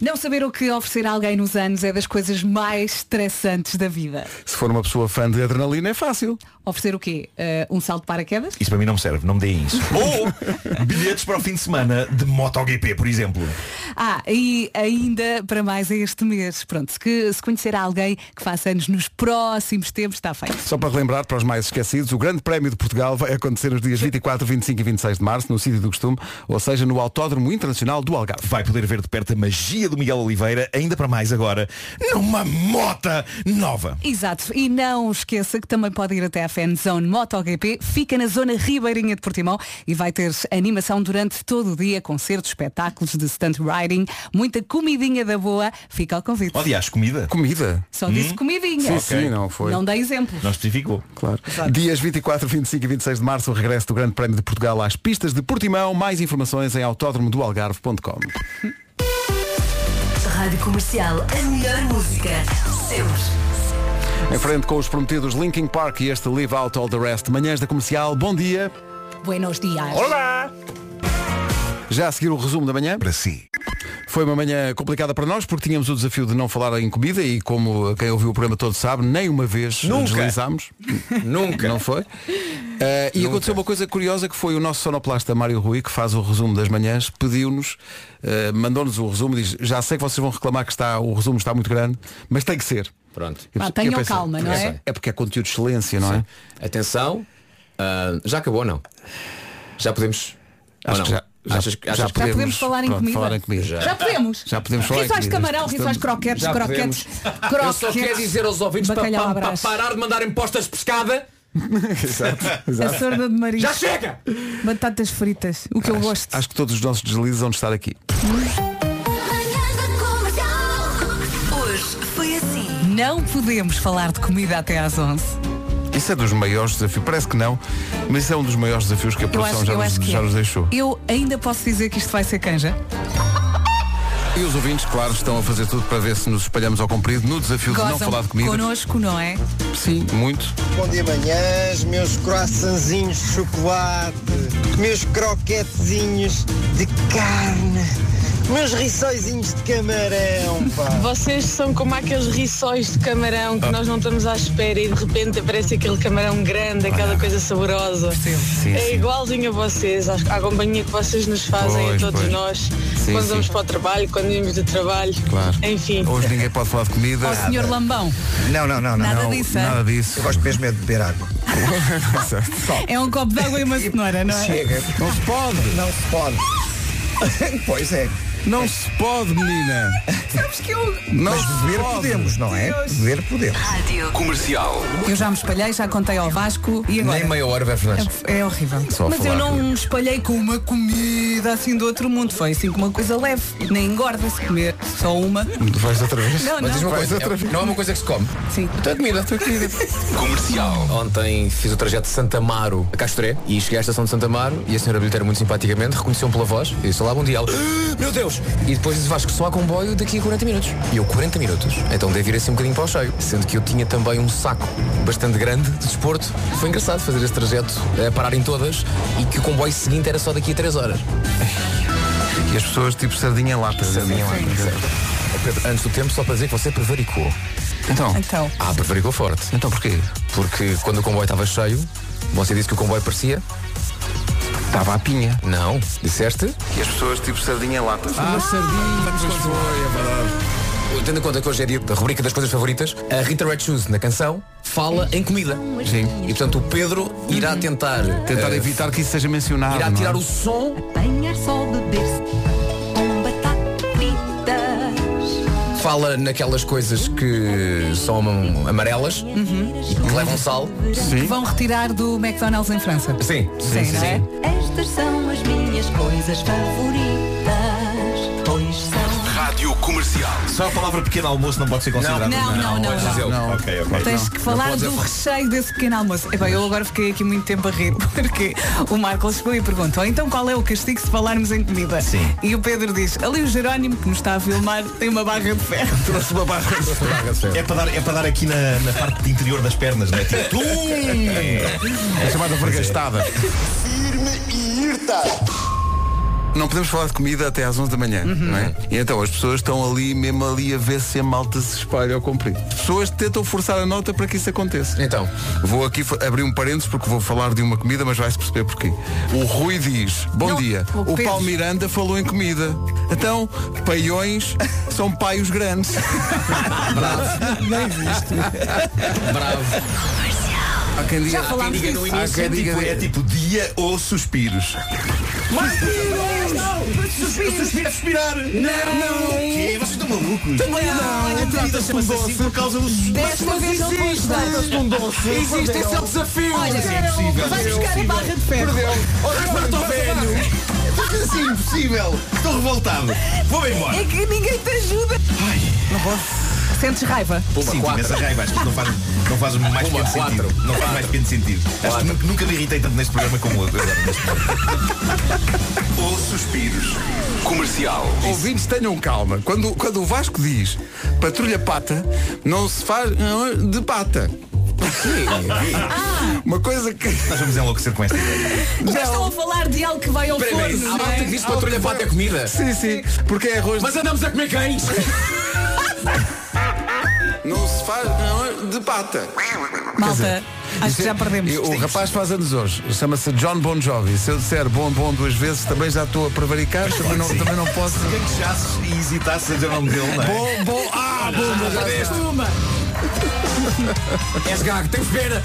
Speaker 2: Não saber o que oferecer a alguém nos anos é das coisas mais estressantes da vida.
Speaker 1: Se for uma pessoa fã de adrenalina é fácil.
Speaker 2: Oferecer o quê? Eh, um salto de paraquedas?
Speaker 12: Isso para mim não me serve, não me deem isso. Ou bilhetes para o fim de semana de MotoGP, por exemplo.
Speaker 2: Ah, e ainda para mais é este mês. Pronto, se, que- se conhecer alguém que faça anos nos próximos tempos, está feito.
Speaker 1: Só para relembrar, para os mais esquecidos, o Grande Prémio de Portugal vai acontecer nos dias 24, 25 e 26 de março, no sítio do costume, ou seja, no Autódromo Internacional do Algarve.
Speaker 12: Vai poder ver de perto a magia do Miguel Oliveira, ainda para mais agora, numa mota nova.
Speaker 2: Exato, e não esqueça que também pode ir até a Fan Zone MotoGP, fica na zona ribeirinha de Portimão e vai ter animação durante todo o dia, concertos, espetáculos de stunt riding, muita comidinha da boa, fica ao convite.
Speaker 12: Aliás, comida.
Speaker 1: Comida?
Speaker 2: Só disse comidinha.
Speaker 1: Hum? Sim, sim, não foi.
Speaker 2: Não dá exemplos.
Speaker 12: Não especificou.
Speaker 1: Claro. Dias 24, 25 e 26 de março, o regresso do Grande Prémio de Portugal às pistas de Portimão. Mais informações em autódromo do Algarve.com.
Speaker 14: Rádio Comercial, a melhor música. Sempre.
Speaker 1: Em frente com os prometidos Linkin Park e este Live Out All the Rest. Manhãs da comercial, bom dia.
Speaker 2: Buenos dias.
Speaker 1: Olá! Já a seguir o resumo da manhã? Para si. Foi uma manhã complicada para nós porque tínhamos o desafio de não falar em comida e como quem ouviu o programa todo sabe, nem uma vez
Speaker 8: Nunca.
Speaker 1: deslizámos. Nunca. Não foi? Eh, e aconteceu uma coisa curiosa que foi o nosso sonoplasta Mário Rui, que faz o resumo das manhãs, pediu-nos, eh, mandou-nos o resumo, diz, já sei que vocês vão reclamar que está, o resumo está muito grande, mas tem que ser.
Speaker 8: Pronto.
Speaker 2: Ah, tenham calma, não é?
Speaker 1: É porque é conteúdo de excelência, não
Speaker 8: é? Atenção, ah, já acabou ou não? Já podemos.
Speaker 1: Acho
Speaker 8: ou não?
Speaker 1: que já- já-
Speaker 8: Achas que-
Speaker 1: já
Speaker 8: achas que-
Speaker 1: podemos- Já podemos
Speaker 2: falar em pronto, comida? falar em comida. Já podemos?
Speaker 1: Já podemos falar em
Speaker 2: Rissóis de
Speaker 1: comida.
Speaker 2: camarão, rissóis de croquetes,
Speaker 8: Já
Speaker 2: croquetes,
Speaker 8: podemos.
Speaker 2: croquetes.
Speaker 8: Eu só quero dizer aos ouvintes para,
Speaker 2: bacalhau à
Speaker 8: para- para
Speaker 2: brás.
Speaker 8: parar de mandarem postas de pescada.
Speaker 1: exato,
Speaker 2: A sorda de marisco.
Speaker 8: Já chega!
Speaker 2: Batatas fritas, o que eu gosto.
Speaker 1: Acho que todos os nossos deslizes vão estar aqui.
Speaker 14: Hoje foi assim.
Speaker 2: Não podemos falar de comida até às 11.
Speaker 1: Isso é dos maiores desafios, parece que não, mas isso é um dos maiores desafios que a
Speaker 2: Eu
Speaker 1: produção
Speaker 2: acho,
Speaker 1: já,
Speaker 2: eu
Speaker 1: nos,
Speaker 2: acho que
Speaker 1: já
Speaker 2: é.
Speaker 1: nos deixou.
Speaker 2: Eu ainda posso dizer que isto vai ser canja.
Speaker 1: E os ouvintes, claro, estão a fazer tudo para ver se nos espalhamos ao comprido no desafio de não falar de comida.
Speaker 2: connosco, não é?
Speaker 1: Sim, muito.
Speaker 3: Bom dia manhãs, meus croissantzinhos de chocolate, meus croquetezinhos de carne, meus rissóizinhos de camarão, pá.
Speaker 4: Vocês são como aqueles rissóis de camarão que
Speaker 1: Ah.
Speaker 4: nós não estamos à espera e de repente aparece aquele camarão grande, aquela coisa saborosa.
Speaker 11: Sim,
Speaker 4: é
Speaker 11: sim.
Speaker 4: igualzinho a vocês, à, à companhia que vocês nos fazem
Speaker 1: Pois,
Speaker 4: a todos
Speaker 1: pois.
Speaker 4: nós.
Speaker 1: Sim,
Speaker 4: quando
Speaker 1: sim.
Speaker 4: vamos para o trabalho, quando vimos do trabalho.
Speaker 1: Claro.
Speaker 4: Enfim.
Speaker 1: Hoje ninguém pode falar de comida.
Speaker 4: Ó, senhor Lambão.
Speaker 6: Não, não, não, não.
Speaker 2: Nada
Speaker 6: não,
Speaker 2: disso, é? nada
Speaker 1: disso.
Speaker 6: Eu gosto mesmo é de beber água.
Speaker 2: É um copo de água e uma cenoura, não é?
Speaker 6: Chega.
Speaker 1: Não se pode.
Speaker 6: Não se pode. pois é.
Speaker 1: Não se pode, menina.
Speaker 2: Sabes que eu.
Speaker 6: Mas beber podemos, não é? Beber podemos.
Speaker 15: Comercial.
Speaker 2: Eu já me espalhei, já contei ao Vasco e agora.
Speaker 8: meia hora, vai Fernandes.
Speaker 2: É horrível.
Speaker 8: Só
Speaker 2: Mas eu
Speaker 8: falar,
Speaker 2: não me espalhei com uma comida assim do outro mundo. Foi assim com uma coisa leve. Nem engorda se comer só uma.
Speaker 1: Vais outra vez?
Speaker 2: Não, não.
Speaker 8: Mas diz uma
Speaker 2: Vais
Speaker 8: coisa,
Speaker 2: outra
Speaker 8: é-
Speaker 2: vez.
Speaker 8: não é uma coisa que se come. Então
Speaker 2: Sim.
Speaker 8: Tua comida, tua comida. Comercial. tipo. Ontem fiz o trajeto de Santa Amaro a Castoré e cheguei à estação de Santa Amaro e a senhora bilheteira muito simpaticamente reconheceu-me pela voz e disse olá, bom dia. Ela, "Ah, Meu Deus! E depois disse Vasco, só há comboio daqui a 40 minutos. E eu, 40 minutos? Então devo ir assim um bocadinho para o cheio. Sendo que eu tinha também um saco bastante grande de desporto. Foi engraçado fazer esse trajeto, a pararem todas e que o comboio seguinte era só daqui a 3 horas.
Speaker 1: E as pessoas tipo sardinha em lata.
Speaker 8: Sardinha em lata, Pedro, antes do tempo, só para dizer que você prevaricou.
Speaker 1: Então?
Speaker 2: Então.
Speaker 8: Ah, prevaricou forte.
Speaker 1: Então porquê?
Speaker 8: Porque quando o comboio estava cheio, você disse que o comboio parecia...
Speaker 1: Estava à pinha.
Speaker 8: Não, disseste?
Speaker 1: E as pessoas tipo sardinha em lata.
Speaker 8: Ah, sardinha. Pois foi, é verdade. Tendo em conta que hoje é dia da rubrica das coisas favoritas, a Rita Red Shoes, na canção, fala em comida. Sim. E portanto o Pedro irá tentar...
Speaker 1: Tentar
Speaker 8: eh,
Speaker 1: evitar que isso seja mencionado.
Speaker 8: Irá
Speaker 1: não é?
Speaker 8: tirar o som.
Speaker 9: Apanhar só beber-se com batata fritas.
Speaker 8: Fala naquelas coisas que são am- amarelas e que levam sal.
Speaker 2: Que vão retirar do McDonald's em França.
Speaker 8: Sim,
Speaker 2: Sim, não é?
Speaker 9: Estas são as minhas coisas favoritas. Pois são.
Speaker 15: Rádio Comercial.
Speaker 12: Só a palavra pequeno almoço não pode ser considerada.
Speaker 2: Não, não, não, não.
Speaker 12: não. Ok, ok.
Speaker 2: Tens que falar do recheio desse pequeno almoço. Epá, eu agora fiquei aqui muito tempo a rir, porque o Marco chegou e perguntou, então qual é o castigo se falarmos em comida? Sim. E o Pedro diz, ali o Jerónimo, que nos está a filmar, tem uma barra de ferro.
Speaker 12: Trouxe uma barra. É para dar, é para dar aqui na, na parte de interior das pernas, não é? Tipo, tum!
Speaker 1: É chamada vergastada.
Speaker 10: Firme e irta.
Speaker 1: não podemos falar de comida até às 11 da manhã,
Speaker 2: Uhum.
Speaker 1: não é? E então as pessoas estão ali, mesmo ali, a ver se a malta se espalha ao comprido. As pessoas tentam forçar a nota para que isso aconteça.
Speaker 8: Então.
Speaker 1: Vou aqui fa- abrir um parênteses porque vou falar de uma comida, mas vai-se perceber porquê. O Rui diz, bom dia,
Speaker 5: o
Speaker 1: o
Speaker 5: Pedro.
Speaker 1: Paulo Miranda falou em comida. Então, paiões são paios grandes. Bravo. Nem visto.
Speaker 8: Bravo.
Speaker 1: Há quem diga,
Speaker 5: Já falámos
Speaker 1: há quem diga no
Speaker 5: disso.
Speaker 1: início,
Speaker 5: Há quem diga-
Speaker 1: tipo, é tipo dia ou suspiros.
Speaker 5: Suspiro, suspirar!
Speaker 1: Não, não.
Speaker 5: Quê? Vocês estão malucos?
Speaker 1: Também não.
Speaker 5: Olha,
Speaker 1: Então,
Speaker 5: a vida
Speaker 1: desta
Speaker 5: chama-se
Speaker 1: um
Speaker 5: assim
Speaker 1: doce.
Speaker 5: por causa dos
Speaker 1: Desta
Speaker 5: Mas
Speaker 1: vez não
Speaker 5: existe.
Speaker 1: vou ajudar.
Speaker 5: Dá-se um doce.
Speaker 1: Existe, esse é o desafio. Olha,
Speaker 5: Mas é
Speaker 1: vai
Speaker 5: impossível. Mas é
Speaker 1: buscar a
Speaker 5: impossível.
Speaker 1: barra de ferro.
Speaker 5: Perdeu. Olha,
Speaker 1: Vai
Speaker 5: quarto
Speaker 1: buscar a
Speaker 5: velho. Faz assim, impossível. Estou revoltado. Vou embora.
Speaker 2: É que ninguém te ajuda.
Speaker 1: não posso.
Speaker 2: Sentes raiva?
Speaker 12: Sim, imensa raiva, acho que não faz, não faz o mais pequeno sentido. Não faz mais pequeno sentido. Acho que nunca, nunca me irritei tanto neste programa como agora. neste momento. Ou suspiros. Comercial.
Speaker 1: Ouvintes, tenham calma. Quando, quando o Vasco diz patrulha pata, não se faz não, de pata. Uma coisa que.
Speaker 12: Nós vamos enlouquecer com esta ideia.
Speaker 2: Já estão a falar de algo que vai ao
Speaker 12: Espera aí,
Speaker 2: forno.
Speaker 12: há
Speaker 2: não é?
Speaker 12: malta que diz
Speaker 2: Algo
Speaker 8: patrulha
Speaker 2: que
Speaker 8: pata
Speaker 2: vai-
Speaker 8: é comida.
Speaker 1: Sim, sim. Porque é arroz.
Speaker 8: Mas andamos a comer cães.
Speaker 1: Não se faz não, de pata.
Speaker 2: Malta, acho que já perdemos.
Speaker 1: é, O rapaz faz anos hoje, chama-se John Bon Jovi. Se eu disser Bon Bon duas vezes, também já estou a prevaricar, também não, também não posso.
Speaker 12: Queixasses e hesitasses a dizer o nome dele, não é?
Speaker 1: Bom, bom, ah, bom, mas já
Speaker 12: Perdeste.
Speaker 1: uma.
Speaker 8: És gago, tens pena.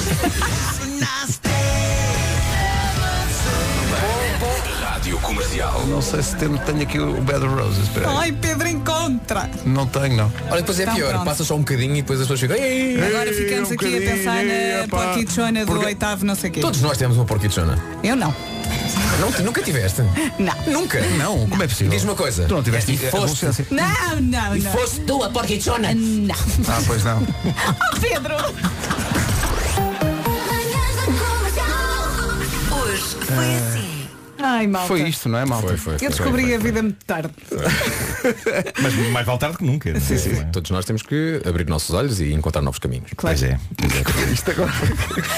Speaker 15: Rádio Comercial.
Speaker 1: Não sei se tenho, tenho aqui o Bad Roses. Espera aí.
Speaker 2: Ai, Pedro, encontra!
Speaker 1: Não tenho, não.
Speaker 8: Olha, depois é
Speaker 2: Então,
Speaker 8: pior.
Speaker 2: pronto.
Speaker 8: Passa só um bocadinho e depois as pessoas ficam. "Ei,
Speaker 2: Agora ficamos
Speaker 8: um
Speaker 2: aqui a
Speaker 8: bocadinho,
Speaker 2: pensar na
Speaker 8: epá."
Speaker 2: porquichona do
Speaker 8: Porque
Speaker 2: oitavo, não sei o quê.
Speaker 8: Todos nós temos um uma porquichona.
Speaker 2: Eu não.
Speaker 8: Não, tu nunca tiveste?
Speaker 2: Não.
Speaker 8: Nunca?
Speaker 1: Não, como é possível?
Speaker 8: Diz uma coisa. Tu não
Speaker 1: tiveste
Speaker 8: e foste.
Speaker 1: adolescência?
Speaker 2: Não, não,
Speaker 8: E
Speaker 2: não.
Speaker 8: foste tu a porquichona?
Speaker 2: Não.
Speaker 1: Ah, pois não.
Speaker 2: Oh, Pedro!
Speaker 14: Hoje
Speaker 1: foi
Speaker 14: assim.
Speaker 2: Ai, malta.
Speaker 1: Foi isto, não é, malta?
Speaker 2: Eu descobri a vida muito tarde.
Speaker 12: Mas mais vale tarde que nunca.
Speaker 8: Sim, sim. Todos nós temos que abrir nossos olhos e encontrar novos caminhos.
Speaker 2: Claro.
Speaker 12: Pois é.
Speaker 1: Isto agora.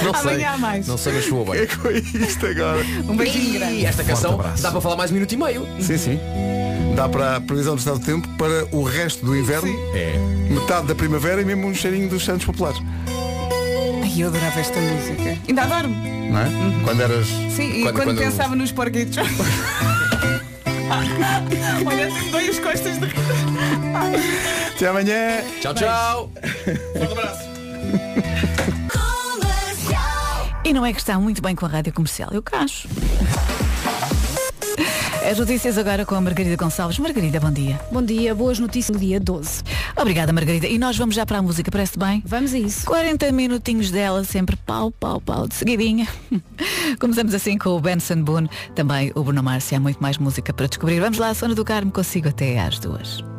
Speaker 8: Não sei.
Speaker 2: Amanhã há mais.
Speaker 8: Não sei, mas soa bem.
Speaker 1: Que foi isto agora?
Speaker 2: Um beijinho
Speaker 8: Ih,
Speaker 2: grande.
Speaker 8: Esta canção
Speaker 1: Forte abraço.
Speaker 8: dá para falar mais um minuto e meio.
Speaker 1: Sim, sim. Dá para a previsão do estado do tempo para o resto do inverno,
Speaker 8: É.
Speaker 1: metade da primavera e mesmo um cheirinho dos Santos Populares.
Speaker 2: Ai, eu adorava esta música. Ainda adoro.
Speaker 1: Não é? Quando eras.
Speaker 2: Sim, e quando, pensava nos porquitos. Olha, tenho bem as costas de
Speaker 1: Até amanhã.
Speaker 8: Tchau, tchau.
Speaker 1: Um
Speaker 9: E não é que está muito bem com a rádio comercial, eu que acho. As notícias agora com a Margarida Gonçalves. Margarida, bom dia.
Speaker 21: Bom dia, boas notícias do dia 12.
Speaker 9: Obrigada, Margarida. E nós vamos já para a música, parece bem?
Speaker 21: Vamos a isso.
Speaker 9: 40 minutinhos dela, sempre pau, pau, pau, de seguidinha. Começamos assim com o Benson Boone, também o Bruno Mars, e há muito mais música para descobrir. Vamos lá, Sona do Carmo, consigo até às duas.